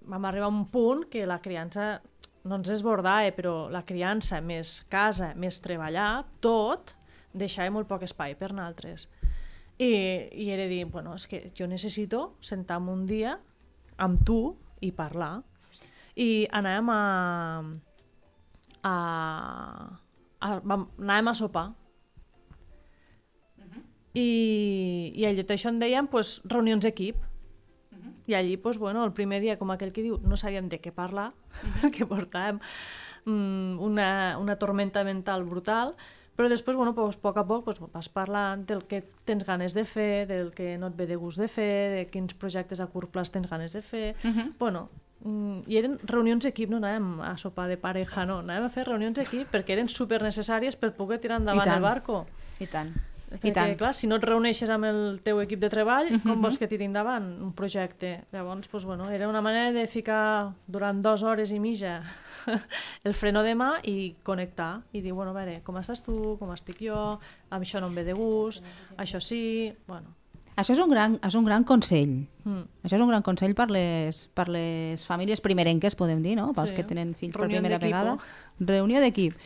Speaker 4: vam arribar a un punt que la criança no ens desbordava, eh, però la criança més casa, més treballar, tot, deixava molt poc espai per nosaltres. I, i era dir, bueno, és que jo necessito sentar-me un dia amb tu i parlar. I anàvem a, a, a, vam, anàvem a sopar i, i allò, això en deien pues, reunions d'equip
Speaker 1: Mhm.
Speaker 4: i allí, pues, bueno, el primer dia, com aquell que diu, no sabíem de què parlar,
Speaker 1: Mhm.
Speaker 4: perquè portàvem mm, una, una tormenta mental brutal, però després, bueno, pues, a poc a poc pues, vas parlant del que tens ganes de fer, del que no et ve de gust de fer, de quins projectes a curt plaç tens ganes de fer...
Speaker 1: Mhm.
Speaker 4: Bueno, mm, i eren reunions d'equip, no anàvem a sopar de pareja, no, anàvem a fer reunions d'equip perquè eren super necessàries per poder tirar endavant
Speaker 1: tant.
Speaker 4: el barco.
Speaker 1: I tant. I
Speaker 4: Perquè,
Speaker 1: tant.
Speaker 4: clar, si no et reuneixes amb el teu equip de treball, mm -hmm. com vols que tiri endavant un projecte? Llavors, doncs, bueno, era una manera de ficar durant dues hores i mitja el freno de mà i connectar i dir, bueno, a veure, com estàs tu, com estic jo, amb això no em ve de gust, això sí, bueno...
Speaker 1: Això és un gran, és un gran consell.
Speaker 4: Mm.
Speaker 1: Això és un gran consell per les, per les famílies primerenques, podem dir, no? Pels
Speaker 4: Sí.
Speaker 1: que tenen fills
Speaker 4: Reunió
Speaker 1: per primera
Speaker 4: d'equipo.
Speaker 1: vegada. Reunió d'equip.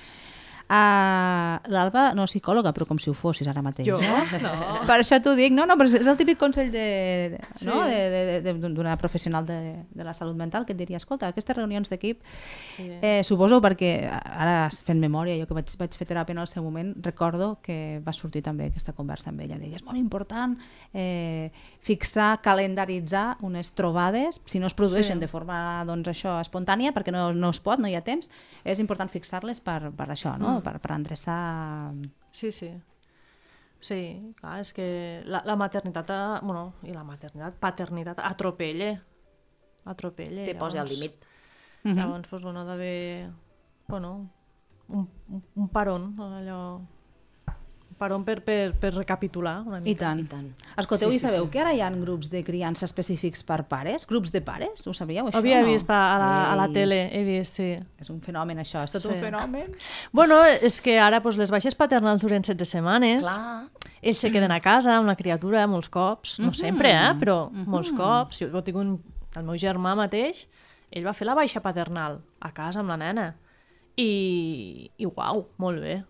Speaker 1: Uh, L'Alba no és psicòloga, però com si ho fossis ara mateix.
Speaker 4: Jo?
Speaker 1: No?
Speaker 4: No.
Speaker 1: Per això t'ho dic. No, no, però és el típic consell de-
Speaker 4: Sí.
Speaker 1: no? de- de- de- d'una de, professional de, de la salut mental que et diria, escolta, aquestes reunions d'equip,
Speaker 4: Sí.
Speaker 1: eh, suposo perquè ara fent memòria, jo que vaig, vaig fer teràpia en el seu moment, recordo que va sortir també aquesta conversa amb ella. Dic, és molt important eh, fixar, calendaritzar unes trobades, si no es produeixen
Speaker 4: Sí.
Speaker 1: de forma doncs, això espontània, perquè no, no es pot, no hi ha temps, és important fixar-les per, per això,
Speaker 4: Mm.
Speaker 1: no? per, per endreçar
Speaker 4: Sí, sí. Sí, clar, és que la, la maternitat, eh, bueno, i la maternitat, paternitat, atropella. Atropella.
Speaker 5: Te posa al
Speaker 4: llavors.
Speaker 5: límit.
Speaker 4: -hmm. Llavors, doncs, bueno, ha d'haver bueno, un, un- un parón, allò... Un parón per, per, per recapitular una mica.
Speaker 1: I tant.
Speaker 5: i tant.
Speaker 1: Escolteu,
Speaker 5: Sí,
Speaker 1: sí,
Speaker 5: sí,
Speaker 1: i sabeu sí, que ara hi ha grups de criança específics per pares? Grups de pares? Ho sabíeu, això?
Speaker 4: Havia
Speaker 1: no?
Speaker 4: vist a, a la, a la
Speaker 1: Ei,
Speaker 4: tele, he vist, sí.
Speaker 1: És un fenomen, això. És tot sí.
Speaker 4: Sí.
Speaker 1: un fenomen.
Speaker 4: Bueno, és que ara doncs, les baixes paternals duren 16 setmanes.
Speaker 5: Clar.
Speaker 4: Ells se queden a casa amb la criatura molts cops, no sempre, eh? però molts cops. Jo tinc un, el meu germà mateix, ell va fer la baixa paternal a casa amb la nena. I, i uau, molt bé.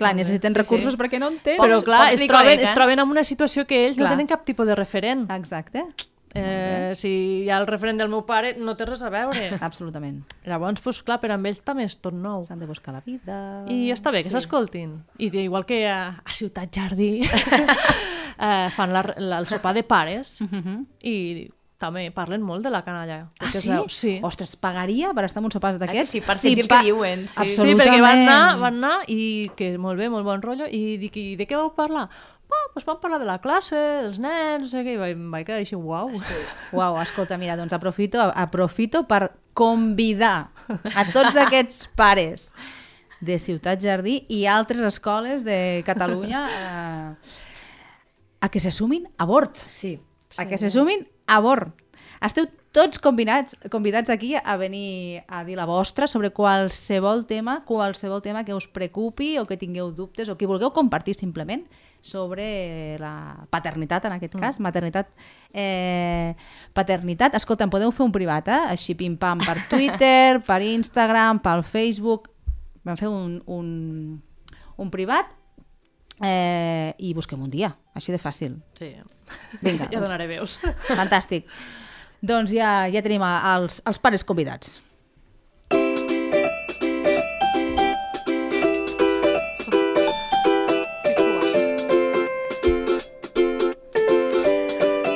Speaker 1: Clar, necessiten sí, recursos sí. perquè no en tenen.
Speaker 4: Però
Speaker 5: Pocs-
Speaker 4: clar,
Speaker 5: pocs
Speaker 4: es
Speaker 5: li
Speaker 4: troben,
Speaker 5: conec, eh? Ah,
Speaker 4: es troben en una situació que ells
Speaker 1: Clar.
Speaker 4: no tenen cap tipus de referent.
Speaker 1: Exacte,
Speaker 4: Eh, si hi ha el referent del meu pare, no té res a veure.
Speaker 1: absolutament.
Speaker 4: Llavors, pues, clar, per amb ells també és tot nou.
Speaker 1: S'han de buscar la vida...
Speaker 4: I està bé que s'escoltin. I de- igual que a, a Ciutat Jardí eh, fan la, la, el sopar de pares
Speaker 5: Mhm.
Speaker 4: i també parlen molt de la canalla.
Speaker 1: Ah,
Speaker 4: perquè es
Speaker 1: sí?
Speaker 4: veu- Sí.
Speaker 1: Ostres, pagaria per estar en un sopar d'aquests?
Speaker 5: sí? Per sentir el que diuen, sí. Sí,
Speaker 1: Absolutament.
Speaker 4: sí, perquè van anar, van anar i que molt bé, molt bon rotllo, i dic, i de què vau parlar? Ah, doncs vam parlar de la classe, dels nens, no sé què, i vaig, vaig quedar així, uau. Sí.
Speaker 1: Uau, escolta, mira, doncs aprofito, aprofito per convidar a tots aquests pares de Ciutat Jardí i altres escoles de Catalunya eh, a que se sumin a bord. Sí. A que se sumin a bord. Esteu tots combinats, convidats aquí a venir a dir la vostra sobre qualsevol tema, qualsevol tema que us preocupi o que tingueu dubtes o que vulgueu compartir simplement sobre la paternitat, en aquest cas, maternitat, eh, paternitat. Escolta, em podeu fer un privat, eh? així pim-pam, per Twitter, per Instagram, pel Facebook... Vam fer un, un, un privat eh, i busquem un dia, així de fàcil.
Speaker 4: sí.
Speaker 1: Vinga,
Speaker 4: ja
Speaker 1: doncs.
Speaker 4: donaré veus.
Speaker 1: Fantàstic. doncs ja, ja tenim a- els, els pares convidats.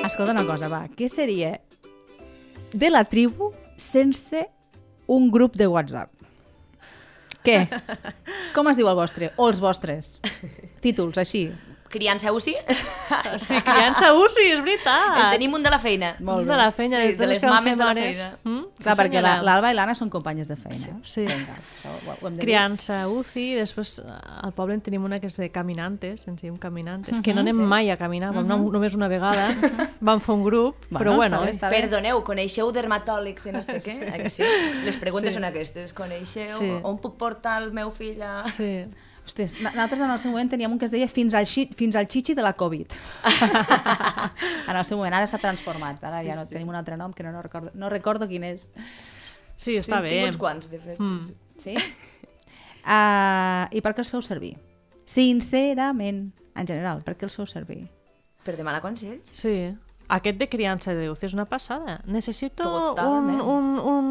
Speaker 1: Escolta una cosa, va. Què seria de la tribu sense un grup de WhatsApp? Què? Com es diu el vostre? O els vostres? Títols, així.
Speaker 5: Criança UCI?
Speaker 4: Sí, criança UCI, és veritat.
Speaker 5: En tenim un de la feina.
Speaker 1: Molt bé.
Speaker 4: de la feina,
Speaker 5: Sí,
Speaker 4: de,
Speaker 5: de
Speaker 4: totes
Speaker 5: les
Speaker 4: que vam ser
Speaker 5: mames de la
Speaker 4: mares.
Speaker 5: feina.
Speaker 1: Clar,
Speaker 4: Mm? Sí,
Speaker 1: perquè la-
Speaker 4: senyora.
Speaker 1: l'Alba i l'Anna són companyes de feina.
Speaker 4: Sí.
Speaker 1: Vinga, això ho, ho hem de dir.
Speaker 4: Criança, UCI, després eh, al poble en tenim una que és de caminantes, ens diem caminantes, que no
Speaker 1: Mm-hmm.
Speaker 4: anem mai a caminar, vam
Speaker 5: Mm-hmm.
Speaker 4: anar només una vegada, vam fer un grup,
Speaker 1: Bueno,
Speaker 4: però bueno,
Speaker 1: està bé,
Speaker 4: eh,
Speaker 1: està
Speaker 5: Perdoneu, coneixeu dermatòlegs de no sé què? Eh que Sí. Les preguntes
Speaker 4: Sí.
Speaker 5: són aquestes. Coneixeu
Speaker 4: Sí.
Speaker 5: on puc portar el meu fill a...
Speaker 4: sí.
Speaker 1: Ostres, na- nosaltres en el seu moment teníem un que es deia fins al, xi, fins al xixi de la Covid. en el seu moment, ara s'ha transformat. Ara sí, ja no, sí. tenim un altre nom que no, no, recordo, no recordo quin és.
Speaker 4: sí, està bé.
Speaker 5: Tinc
Speaker 4: Hmm.
Speaker 5: uns quants, de fet. Mm.
Speaker 1: Sí? Uh, I per què els feu servir? Sincerament, en general, per què els feu servir?
Speaker 5: Per demanar consells?
Speaker 4: Sí. Aquest de criança de UCI és una passada. Necessito un,
Speaker 5: Totalment.
Speaker 4: un, un,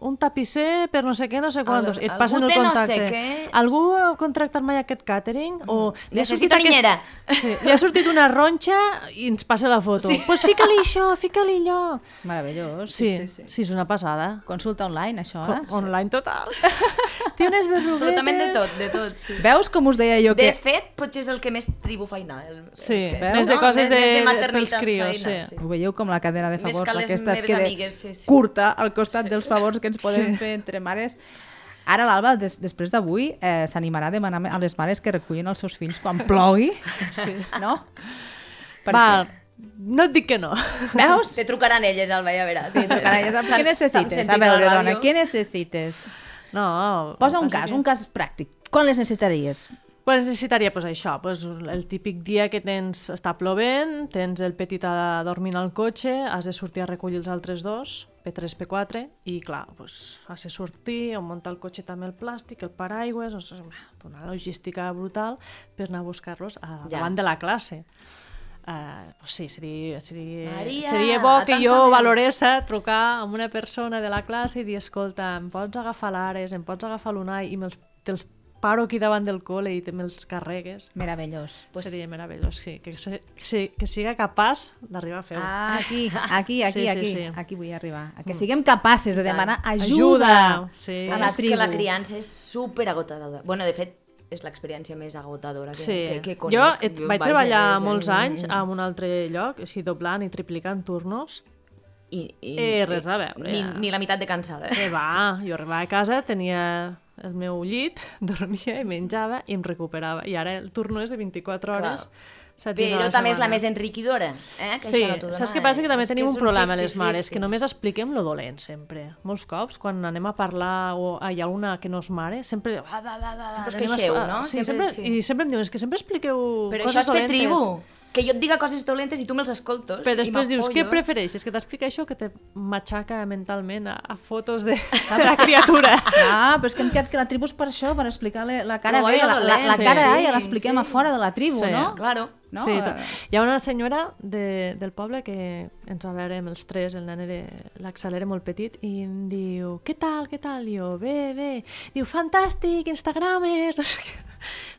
Speaker 4: un tapisser per no sé què, no sé quantos. Et
Speaker 5: algú
Speaker 4: passen el
Speaker 5: té no sé
Speaker 4: contacte.
Speaker 5: què.
Speaker 4: Algú ha contractat mai aquest càtering? O li ha
Speaker 5: Necessito
Speaker 4: sortit
Speaker 5: niñera.
Speaker 4: Sí, li ha sortit una ronxa i ens passa la foto. Doncs sí. pues fica-li això, fica-li allò.
Speaker 1: Meravellós.
Speaker 4: Sí, sí, sí, sí, és una passada.
Speaker 1: Consulta online, això, eh?
Speaker 4: Co- Online total. Té unes berruguetes.
Speaker 5: Ah, Absolutament de tot, de tot, sí.
Speaker 1: Veus com us deia jo
Speaker 5: De
Speaker 1: que...
Speaker 5: fet, potser és el que més tribu faina. El, el
Speaker 4: Sí,
Speaker 5: que-
Speaker 4: més de coses de-
Speaker 5: més
Speaker 4: de-
Speaker 5: maternitat
Speaker 4: pels crios,
Speaker 5: faena,
Speaker 4: sí.
Speaker 1: Ho veieu com la cadena de
Speaker 5: Més
Speaker 1: favors,
Speaker 5: que les
Speaker 1: aquesta es
Speaker 5: meves
Speaker 1: queda
Speaker 5: amigues, sí, sí.
Speaker 1: curta al costat dels favors que ens podem sí. fer entre mares. Ara l'Alba, des, després d'avui, eh, s'animarà a demanar a les mares que recullin els seus fills quan plogui, sí. no?
Speaker 4: Val, no et dic que no.
Speaker 1: Veus?
Speaker 5: Te trucaran elles, Alba, ja veràs. Sí,
Speaker 1: Carai, ja sap, què necessites? A veure, dona, què necessites?
Speaker 4: No.
Speaker 1: Posa
Speaker 4: el
Speaker 1: un
Speaker 4: que passa
Speaker 1: cas,
Speaker 4: que-
Speaker 1: un cas pràctic. Quan les necessitaries?
Speaker 4: Pues necessitaria pues, això, pues, el típic dia que tens, està plovent, tens el petit a, dormint al cotxe, has de sortir a recollir els altres dos, P3, P4, i clar, pues, has de sortir, on muntar el cotxe també el plàstic, el paraigües, no sé, una logística brutal per anar a buscar-los a,
Speaker 5: Ja.
Speaker 4: davant de la classe. Uh, pues sí, seria, seria,
Speaker 5: Maria,
Speaker 4: seria bo que
Speaker 5: atenció.
Speaker 4: jo valorés trucar a una persona de la classe i dir, escolta, em pots agafar l'Ares, em pots agafar l'Unai i me'ls te'ls paro aquí davant del col·le i te me'ls carregues.
Speaker 1: Meravellós.
Speaker 4: Pues... Seria meravellós, sí. Que, se, que, se, que siga capaç d'arribar a fer-ho.
Speaker 1: Ah, aquí, aquí, aquí,
Speaker 4: Sí, sí,
Speaker 1: aquí,
Speaker 4: sí.
Speaker 1: aquí vull arribar. A que siguem capaces de demanar ajuda,
Speaker 4: Ajuda, sí.
Speaker 1: a la
Speaker 5: és que
Speaker 1: tribu.
Speaker 5: la criança és super agotadora. Bueno, de fet, és l'experiència més agotadora que,
Speaker 4: Sí.
Speaker 5: que, que conec.
Speaker 4: jo et, vaig
Speaker 5: vaja,
Speaker 4: treballar
Speaker 5: és-
Speaker 4: molts anys en un altre lloc, així doblant i triplicant turnos,
Speaker 5: I, i,
Speaker 4: Eh, res a veure,
Speaker 5: Ni,
Speaker 4: ja. Eh,
Speaker 5: ni la meitat de cansada. eh?
Speaker 4: Que va, jo arribava a casa, tenia el meu llit, dormia i menjava i em recuperava. I ara el turno és de 24
Speaker 5: Clar.
Speaker 4: hores, 7 dies a
Speaker 5: Però
Speaker 4: la
Speaker 5: també és la
Speaker 4: setmana.
Speaker 5: més enriquidora. Eh? Que
Speaker 4: sí,
Speaker 5: això no t'ho
Speaker 4: saps què
Speaker 5: demana,
Speaker 4: passa? Que també
Speaker 5: és
Speaker 4: tenim
Speaker 5: és
Speaker 4: un problema les
Speaker 5: 50-50.
Speaker 4: mares, que només expliquem lo dolent sempre. Molts cops, quan anem a parlar o ah, hi ha alguna que no és mare, sempre... Va, va, va, va,
Speaker 5: Sempre us
Speaker 4: anem a- ah,
Speaker 5: queixeu, no?
Speaker 4: Sí,
Speaker 5: Sempre-
Speaker 4: sempre,
Speaker 5: sí.
Speaker 4: I sempre em diuen, és que sempre expliqueu
Speaker 5: Però
Speaker 4: coses
Speaker 5: això és fer
Speaker 4: dolentes.
Speaker 5: tribu. Que jo et diga coses dolentes i tu me'ls escoltes.
Speaker 4: Però
Speaker 5: i
Speaker 4: després dius,
Speaker 5: m'apoyo.
Speaker 4: què prefereixes? Que t'explica això que te matxaca mentalment a, a fotos de, de la criatura.
Speaker 1: Ah, però és que hem quedat que la tribu és per això, per explicar la la cara
Speaker 5: Lo
Speaker 1: B,
Speaker 5: bueno,
Speaker 1: la, la, la
Speaker 5: dolent,
Speaker 1: cara A
Speaker 5: sí,
Speaker 1: ja l'expliquem
Speaker 5: sí.
Speaker 1: a fora de la tribu,
Speaker 4: Sí.
Speaker 1: no?
Speaker 5: Claro.
Speaker 1: No?
Speaker 4: Sí, to- Hi ha una senyora de, del poble que ens va veure amb els tres, el nen era l'accelera molt petit, i em diu, què tal, què tal? I jo, bé, bé. Diu, fantàstic, Instagramer! No sé què.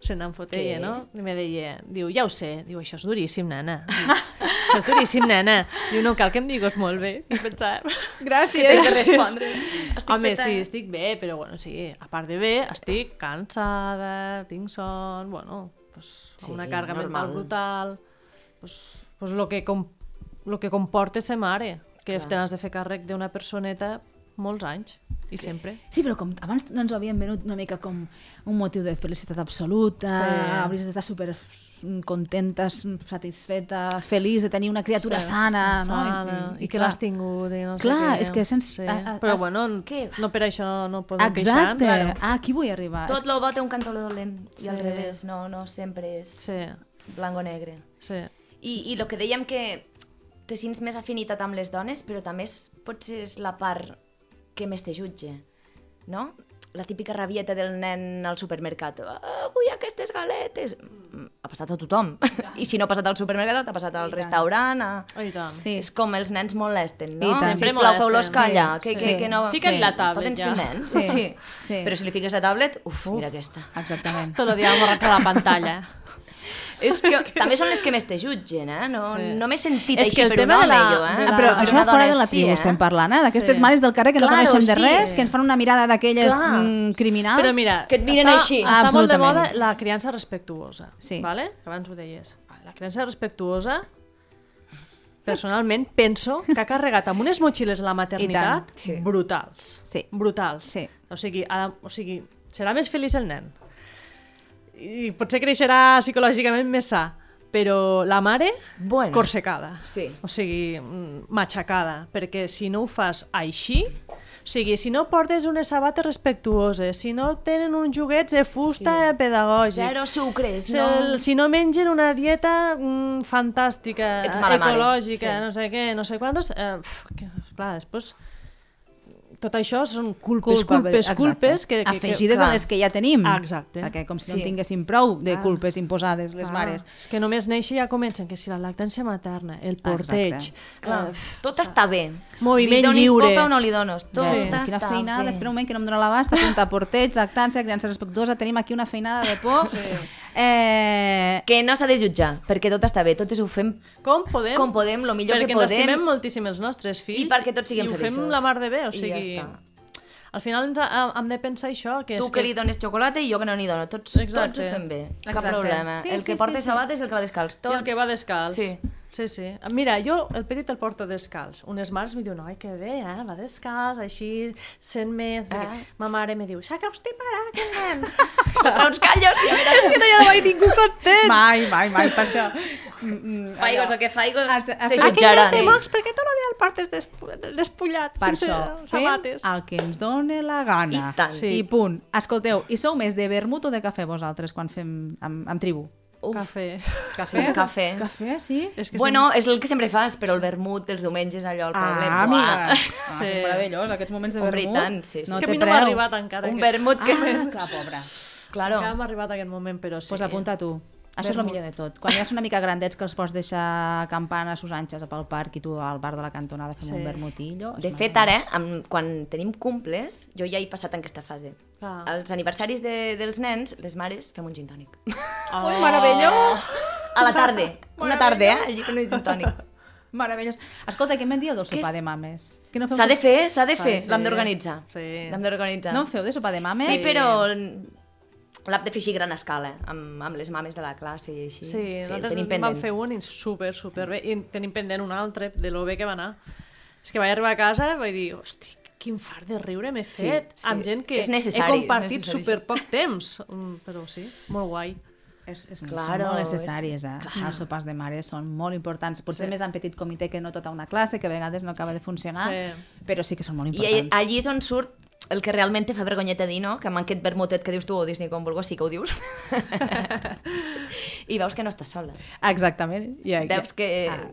Speaker 4: Se n'en fotia,
Speaker 5: Què?
Speaker 4: no? I me deia, diu, ja ho sé. Diu, això és duríssim, nena. Diu, això és duríssim, nena. Diu, no cal que em digues molt bé. I pensava...
Speaker 1: Gràcies.
Speaker 5: Gràcies. respondre. Estic
Speaker 4: Home,
Speaker 5: feta.
Speaker 4: sí,
Speaker 1: eh.
Speaker 4: estic bé, però bueno, sí, a part de bé, estic cansada, tinc son, bueno, pues,
Speaker 5: Sí,
Speaker 4: sí, una carga
Speaker 5: normal.
Speaker 4: mental brutal, pues, pues lo, que com, lo que comporta ser mare, que
Speaker 5: Clar.
Speaker 4: te n'has de fer càrrec d'una personeta molts anys, i sempre.
Speaker 1: Sí, però com abans no ens ho havien venut una mica com un motiu de felicitat absoluta, sí.
Speaker 4: Sí.
Speaker 1: hauries d'estar super contenta, satisfeta, feliç de tenir una criatura sí, sana,
Speaker 4: sí,
Speaker 1: no?
Speaker 4: sana, I, i, que
Speaker 1: clar.
Speaker 4: l'has tingut, i no sé
Speaker 1: Clar,
Speaker 4: què.
Speaker 1: és que sens-
Speaker 4: Sí.
Speaker 1: a- a-
Speaker 4: Però
Speaker 1: has-
Speaker 4: bueno, n-
Speaker 5: què?
Speaker 4: no per això no podem
Speaker 1: Exacte,
Speaker 4: queixar-nos.
Speaker 1: ah, aquí vull arribar.
Speaker 5: Tot lo bo té un cantó lo dolent i al
Speaker 4: Sí.
Speaker 5: revés, no, no sempre és
Speaker 4: Sí,
Speaker 5: blanc o negre.
Speaker 4: sí.
Speaker 5: I, I lo que dèiem que te sents més afinitat amb les dones, però també és, potser és la part que més te jutge, no? La típica rabieta del nen al supermercat. Ah, vull aquestes galetes! Mm, Ha passat a tothom. I si no ha passat al supermercat, t'ha passat al restaurant, a...
Speaker 4: Oh, i tant.
Speaker 1: Sí.
Speaker 5: És com els nens molesten, no?
Speaker 1: I tant.
Speaker 5: Sisplau, feu-los
Speaker 4: Molesten.
Speaker 5: callar.
Speaker 4: Sí,
Speaker 5: que,
Speaker 1: sí.
Speaker 5: que, que no...
Speaker 4: Fica'n la tablet,
Speaker 5: Poden ser
Speaker 4: ja.
Speaker 5: nens,
Speaker 1: Sí,
Speaker 5: sí. sí.
Speaker 1: sí.
Speaker 5: Però si li fiques la tablet, uf, uf. mira aquesta.
Speaker 1: Exactament.
Speaker 4: Tot el dia morrats a la pantalla.
Speaker 5: És que també són les que més te jutgen, eh? No, sí.
Speaker 4: Sí.
Speaker 5: no m'he sentit
Speaker 4: És que
Speaker 5: així
Speaker 4: el
Speaker 5: per un
Speaker 4: tema de
Speaker 5: home,
Speaker 4: la-
Speaker 5: jo, eh?
Speaker 4: de
Speaker 1: Ah, però
Speaker 5: Per
Speaker 1: això
Speaker 5: una
Speaker 1: fora
Speaker 5: dona
Speaker 1: de la tribu
Speaker 5: sí, eh?
Speaker 1: estem parlant, eh? D'aquestes
Speaker 4: Sí.
Speaker 1: mares del carrer que no
Speaker 5: Claro,
Speaker 1: coneixem de
Speaker 5: sí.
Speaker 1: res, que ens fan una mirada d'aquelles
Speaker 5: Clar.
Speaker 1: mm, criminals.
Speaker 4: Però mira,
Speaker 5: Que et miren
Speaker 4: està,
Speaker 5: així.
Speaker 4: Està molt de
Speaker 1: Absolutament.
Speaker 4: moda la criança respectuosa.
Speaker 1: Sí.
Speaker 4: Vale? Que abans ho deies. Vale, La criança respectuosa, personalment, penso que ha carregat amb unes motxilles a la maternitat
Speaker 1: tant,
Speaker 5: sí.
Speaker 4: brutals.
Speaker 1: Sí.
Speaker 4: Brutals.
Speaker 1: Sí.
Speaker 4: O sigui, ha, de- o sigui, serà més feliç el nen. I potser creixerà psicològicament més sa. Però la mare,
Speaker 5: Bueno.
Speaker 4: corsecada.
Speaker 5: Sí.
Speaker 4: O sigui, mm, matxacada, perquè si no ho fas així, o sigui, si no portes unes sabates respectuoses, si no tenen uns joguets de fusta sí. pedagògics,
Speaker 5: Zero sucres,
Speaker 4: si,
Speaker 5: no?
Speaker 4: el, si no mengen una dieta mm, fantàstica,
Speaker 5: Ets mala mare,
Speaker 4: ecològica,
Speaker 5: sí.
Speaker 4: no sé què, no sé quantos, eh, pf, que, clar, després tot això són culpes,
Speaker 1: Culpa,
Speaker 4: culpes,
Speaker 1: exacte.
Speaker 4: culpes que, que,
Speaker 1: afegides
Speaker 4: que,
Speaker 1: a les que ja tenim
Speaker 4: Exacte.
Speaker 1: perquè com si no
Speaker 5: Sí.
Speaker 1: en tinguéssim prou de culpes imposades les
Speaker 4: Ah,
Speaker 1: mares
Speaker 4: És que només néixer ja comencen, que si la lactància materna, el
Speaker 1: Ah, exacte.
Speaker 4: porteig,
Speaker 5: Clar,
Speaker 4: eh,
Speaker 5: tot està bé.
Speaker 4: Moviment
Speaker 5: li donis
Speaker 4: lliure.
Speaker 5: copa o no li dones. Tot
Speaker 4: Sí.
Speaker 5: està
Speaker 1: quina
Speaker 5: bé.
Speaker 1: feinada, espera un moment que no em dóna l'abast apuntar porteig, lactància, criança respectuosa tenim aquí una feinada de por sí. eh,
Speaker 5: Que no s'ha de jutjar, perquè tot està bé, totes ho fem
Speaker 4: Com podem?
Speaker 5: Com podem, lo millor
Speaker 4: perquè
Speaker 5: que
Speaker 4: Perquè ens
Speaker 5: podem.
Speaker 4: estimem moltíssim els nostres fills.
Speaker 5: I perquè tots siguem
Speaker 4: i ho
Speaker 5: feliços.
Speaker 4: fem la mar de bé, o
Speaker 5: I
Speaker 4: sigui...
Speaker 5: ja està.
Speaker 4: al final ens ha, hem de pensar això, que
Speaker 5: tu
Speaker 4: és
Speaker 5: que li dones xocolata i jo que no n'hi dono. Tots,
Speaker 4: Exacte.
Speaker 5: tots ho fem bé, cap
Speaker 1: Exacte.
Speaker 5: problema.
Speaker 1: Sí,
Speaker 5: el
Speaker 1: sí,
Speaker 5: que
Speaker 1: sí,
Speaker 5: porta
Speaker 1: sí.
Speaker 5: sabates és el que va descalç.
Speaker 4: I
Speaker 5: Tots.
Speaker 4: el que va descalç.
Speaker 5: doncs, Sí.
Speaker 4: Sí, sí. Mira, jo el petit el porto descalç. Unes mares em diuen, ai, que bé, eh? va descalç, així, sent més...
Speaker 5: Ah.
Speaker 4: Ah. Ma mare me diu, s'ha que us tiparà, aquest nen.
Speaker 5: Treu uns callos i a veure...
Speaker 4: que no hi ha mai ningú content.
Speaker 1: mai, mai, mai, per això Mm,
Speaker 5: Faigos o que faigos,
Speaker 1: Ah, ah,
Speaker 5: te
Speaker 1: ah,
Speaker 4: Aquest nen
Speaker 5: jutjaran.
Speaker 4: té mocs, perquè tot el dia el portes despu- despullat,
Speaker 1: per
Speaker 4: sense
Speaker 1: això fem
Speaker 4: sabates.
Speaker 1: el que ens dóna la gana
Speaker 5: I tant.
Speaker 1: Sí. i punt escolteu, i sou més de vermut o de cafè vosaltres quan fem amb, amb tribu?
Speaker 5: Uf,
Speaker 4: Cafè.
Speaker 5: cafè. Sí, Eh? cafè.
Speaker 1: cafè, sí?
Speaker 4: És que
Speaker 5: Bueno, és el que sempre fas, però el vermut els diumenges allò al poblet.
Speaker 1: Ah, mira. Ah,
Speaker 5: buah.
Speaker 1: sí. És meravellós, aquests moments de
Speaker 5: Hombre, i
Speaker 1: vermut.
Speaker 5: tant, sí, sí.
Speaker 1: No
Speaker 5: És
Speaker 4: que a
Speaker 1: té
Speaker 4: mi no m'ha
Speaker 1: preu.
Speaker 4: arribat encara.
Speaker 5: Un
Speaker 4: aquest.
Speaker 5: vermut que...
Speaker 1: Ah, clar, pobra.
Speaker 5: Claro.
Speaker 4: Encara hem arribat a aquest moment, però sí.
Speaker 1: Doncs pues apunta tu. Això és el
Speaker 4: Vermut.
Speaker 1: millor de tot. Quan ja són una mica grandets que els pots deixar campant a sus anxes pel parc i tu al bar de la cantonada fem
Speaker 4: Sí.
Speaker 1: un vermutillo.
Speaker 5: De fet, ara, eh? amb, quan tenim cumples, jo ja he passat en aquesta fase.
Speaker 4: Clar.
Speaker 5: Els aniversaris de, dels nens, les mares, fem un gin tònic.
Speaker 4: Oh. meravellós!
Speaker 5: A la tarda. Una tarda, eh? Allí fem un gin tònic.
Speaker 1: Meravellós. Escolta, què me'n dieu del sopar
Speaker 5: és?
Speaker 1: de mames? Que no feu
Speaker 5: S'ha de
Speaker 1: sopar-
Speaker 5: fer, s'ha de
Speaker 4: S'ha
Speaker 5: fer.
Speaker 4: de fer.
Speaker 5: L'hem d'organitzar.
Speaker 4: Sí.
Speaker 5: L'hem d'organitzar.
Speaker 1: No en feu de sopar de mames?
Speaker 5: Sí, però l'hem de fer així a gran escala, amb, amb les mames de la classe i així.
Speaker 4: Sí, sí
Speaker 5: el
Speaker 4: nosaltres
Speaker 5: tenim
Speaker 4: vam
Speaker 5: pendent.
Speaker 4: fer un i super, super bé. I tenim pendent un altre, de lo bé que va anar. És que vaig arribar a casa i vaig dir, hosti, quin fart de riure m'he
Speaker 5: Sí,
Speaker 4: fet
Speaker 5: sí.
Speaker 4: amb gent que
Speaker 5: És necessari,
Speaker 4: he
Speaker 5: és
Speaker 4: compartit
Speaker 5: necessari, sí.
Speaker 4: super poc temps. Mm, Però sí, molt guai.
Speaker 5: És, és
Speaker 1: són
Speaker 5: claro,
Speaker 1: molt
Speaker 5: és-
Speaker 1: necessàries, eh? Els sopars de mare són molt importants. Potser més en petit comitè que no tota una classe, que a vegades no acaba de funcionar,
Speaker 4: Sí.
Speaker 1: però sí que són molt
Speaker 5: I ahí-
Speaker 1: importants.
Speaker 5: allí és on surt el que realment te fa vergonyeta dir, no? Que amb aquest vermutet que dius tu o Disney com vulguis, sí que ho dius. I veus que no estàs sola.
Speaker 1: Exactament. I aquí...
Speaker 5: Veus que,
Speaker 4: Ah,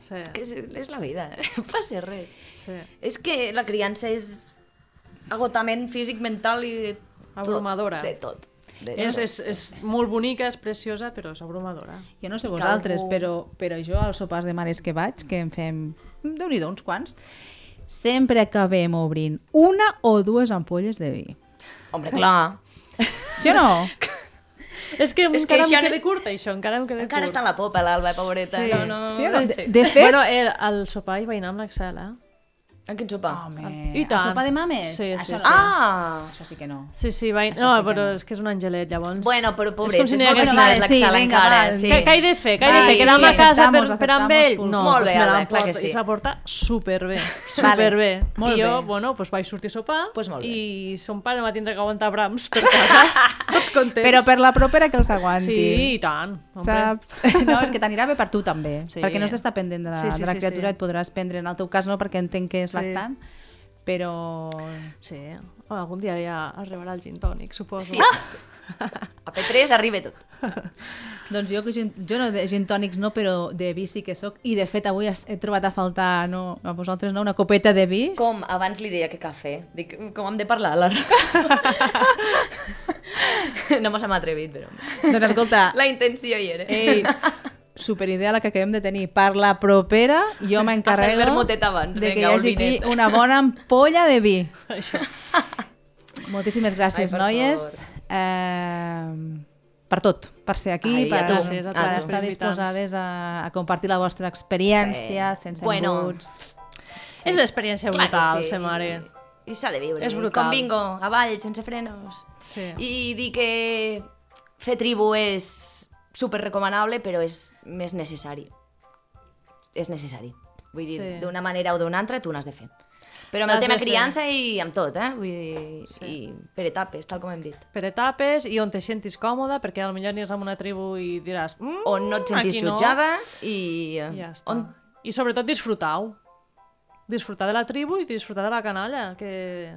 Speaker 4: Sí,
Speaker 5: que Eh, és, és la vida, no passa res.
Speaker 4: sí.
Speaker 5: És que la criança és agotament físic, mental i de tot.
Speaker 4: Abrumadora.
Speaker 5: De tot. De
Speaker 4: És,
Speaker 5: tot.
Speaker 4: és, és molt bonica, és preciosa, però és abrumadora.
Speaker 1: Jo no sé vosaltres, però, però jo als sopars de mares que vaig, que en fem, déu nhi uns quants, sempre acabem obrint una o dues ampolles de vi.
Speaker 5: Hombre, clar.
Speaker 1: Sí o no?
Speaker 4: És que
Speaker 5: És que
Speaker 4: encara
Speaker 5: això
Speaker 4: em
Speaker 5: no
Speaker 4: queda
Speaker 5: és-
Speaker 4: curta, això, encara em queda
Speaker 5: Encara
Speaker 4: curt.
Speaker 5: està en la popa, l'Alba, pobreta.
Speaker 4: Sí.
Speaker 5: No, no,
Speaker 1: Sí o no? De,
Speaker 5: Sí.
Speaker 1: de fet...
Speaker 4: Bueno, el, el sopar hi vaig anar amb l'Axel, eh?
Speaker 5: En quin sopar?
Speaker 1: Home,
Speaker 4: I tant.
Speaker 1: A sopa de mames?
Speaker 4: Sí, sí,
Speaker 1: això,
Speaker 4: sí.
Speaker 5: Ah!
Speaker 1: Això sí que no.
Speaker 4: Sí, sí, vaig...
Speaker 1: Això
Speaker 4: No,
Speaker 1: sí que
Speaker 4: però
Speaker 1: no.
Speaker 4: és que és un angelet, llavors...
Speaker 5: Bueno, però pobret,
Speaker 4: com si n'hi hagués-
Speaker 1: Bueno, vale, sí,
Speaker 5: l'axal
Speaker 1: vinga,
Speaker 5: encara.
Speaker 1: va.
Speaker 5: Sí.
Speaker 4: Què, què hi he de fer? Què hi he de
Speaker 5: Sí,
Speaker 4: fer?
Speaker 5: sí,
Speaker 4: Quedar-me
Speaker 5: sí.
Speaker 4: a casa per,
Speaker 1: Aceptamos,
Speaker 4: per amb
Speaker 1: aceptamos,
Speaker 4: ell?
Speaker 1: pulpo.
Speaker 4: No,
Speaker 5: Molt
Speaker 4: doncs
Speaker 5: bé,
Speaker 4: me
Speaker 5: Alba,
Speaker 4: l'emporto.
Speaker 5: clar que sí.
Speaker 4: I es va portar superbé,
Speaker 1: Vale.
Speaker 4: superbé.
Speaker 1: Molt
Speaker 4: I jo,
Speaker 1: bé.
Speaker 4: bueno, doncs vaig sortir a sopar
Speaker 5: Pues molt bé.
Speaker 4: i son pare em va tindre que aguantar brams per casa, tots contents.
Speaker 1: Però per la propera que els aguanti.
Speaker 4: Sí, i tant. hombre.
Speaker 1: Saps? No, és que t'anirà bé per tu també,
Speaker 4: Sí.
Speaker 1: sí. perquè no has d'estar pendent de la,
Speaker 4: Sí, sí,
Speaker 1: de la
Speaker 4: sí,
Speaker 1: criatura,
Speaker 4: sí.
Speaker 1: et podràs prendre, en el teu cas no, perquè entenc que és
Speaker 4: Sí.
Speaker 1: lactant, però...
Speaker 4: Sí, o algun dia ja arribarà el gin tònic, suposo. Ah,
Speaker 5: Sí. A P3 arriba tot.
Speaker 1: Doncs jo, que gin- jo no, de gin tònics no, però de vi sí que sóc, i de fet avui has- he trobat a faltar, no, a vosaltres no, una copeta de vi.
Speaker 5: Com abans li deia que cafè. Dic, com hem de parlar? La... no massa m'ha atrevit, però...
Speaker 1: Doncs escolta,
Speaker 5: La intenció hi era.
Speaker 1: ei, superidea la que acabem de tenir. Per la propera, jo
Speaker 5: Passa el
Speaker 1: m'encarrego
Speaker 5: vermutet abans,
Speaker 1: de que hi
Speaker 5: eh, vinga,
Speaker 1: hagi
Speaker 5: el
Speaker 1: aquí
Speaker 5: vinet.
Speaker 1: una bona ampolla de vi. Moltíssimes gràcies,
Speaker 5: Ai, per
Speaker 1: noies. Eh, per tot, per ser aquí,
Speaker 5: Ai, a
Speaker 1: per,
Speaker 5: tu.
Speaker 1: per,
Speaker 5: Gràcies a tu.
Speaker 1: estar
Speaker 4: per invitar-nos.
Speaker 1: disposades a, a compartir la vostra experiència,
Speaker 5: Sí.
Speaker 1: sense
Speaker 5: Bueno.
Speaker 1: embuts.
Speaker 4: És una experiència
Speaker 5: Clar que
Speaker 4: brutal,
Speaker 5: sí.
Speaker 4: ser mare.
Speaker 5: I s'ha de viure. eh?
Speaker 4: És brutal.
Speaker 5: Com bingo, avall, sense frenos.
Speaker 4: Sí.
Speaker 5: I dir que fer tribu és super recomanable, però és més necessari. És necessari. Vull dir, sí.
Speaker 4: Sí.
Speaker 5: d'una manera o d'una altra tu n'has de fer. Però amb
Speaker 4: L'has
Speaker 5: el tema
Speaker 4: de fer.
Speaker 5: criança i amb tot, eh? Vull dir, sí. i per etapes, tal com hem dit.
Speaker 4: per etapes i on te sentis còmoda, perquè potser aniràs amb una tribu i diràs... Mm,
Speaker 5: On no et sentis
Speaker 4: aquí
Speaker 5: jutjada i...
Speaker 4: No. Ja està.
Speaker 5: On...
Speaker 4: On... I sobretot disfrutar-ho. Disfrutar de la tribu i disfrutar de la canalla, que...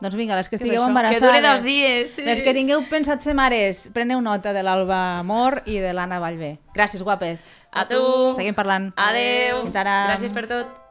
Speaker 1: Doncs vinga, les que
Speaker 4: Què és
Speaker 1: estigueu
Speaker 4: això? Que
Speaker 5: Que
Speaker 1: embarassades...
Speaker 5: dure dos dies. Sí.
Speaker 1: Les que tingueu pensat ser mares, preneu nota de l'Alba Amor i de l'Anna Vallvé. Gràcies, guapes.
Speaker 5: A tu.
Speaker 1: Seguim parlant.
Speaker 5: Adeu.
Speaker 1: Fins ara.
Speaker 5: Gràcies per tot.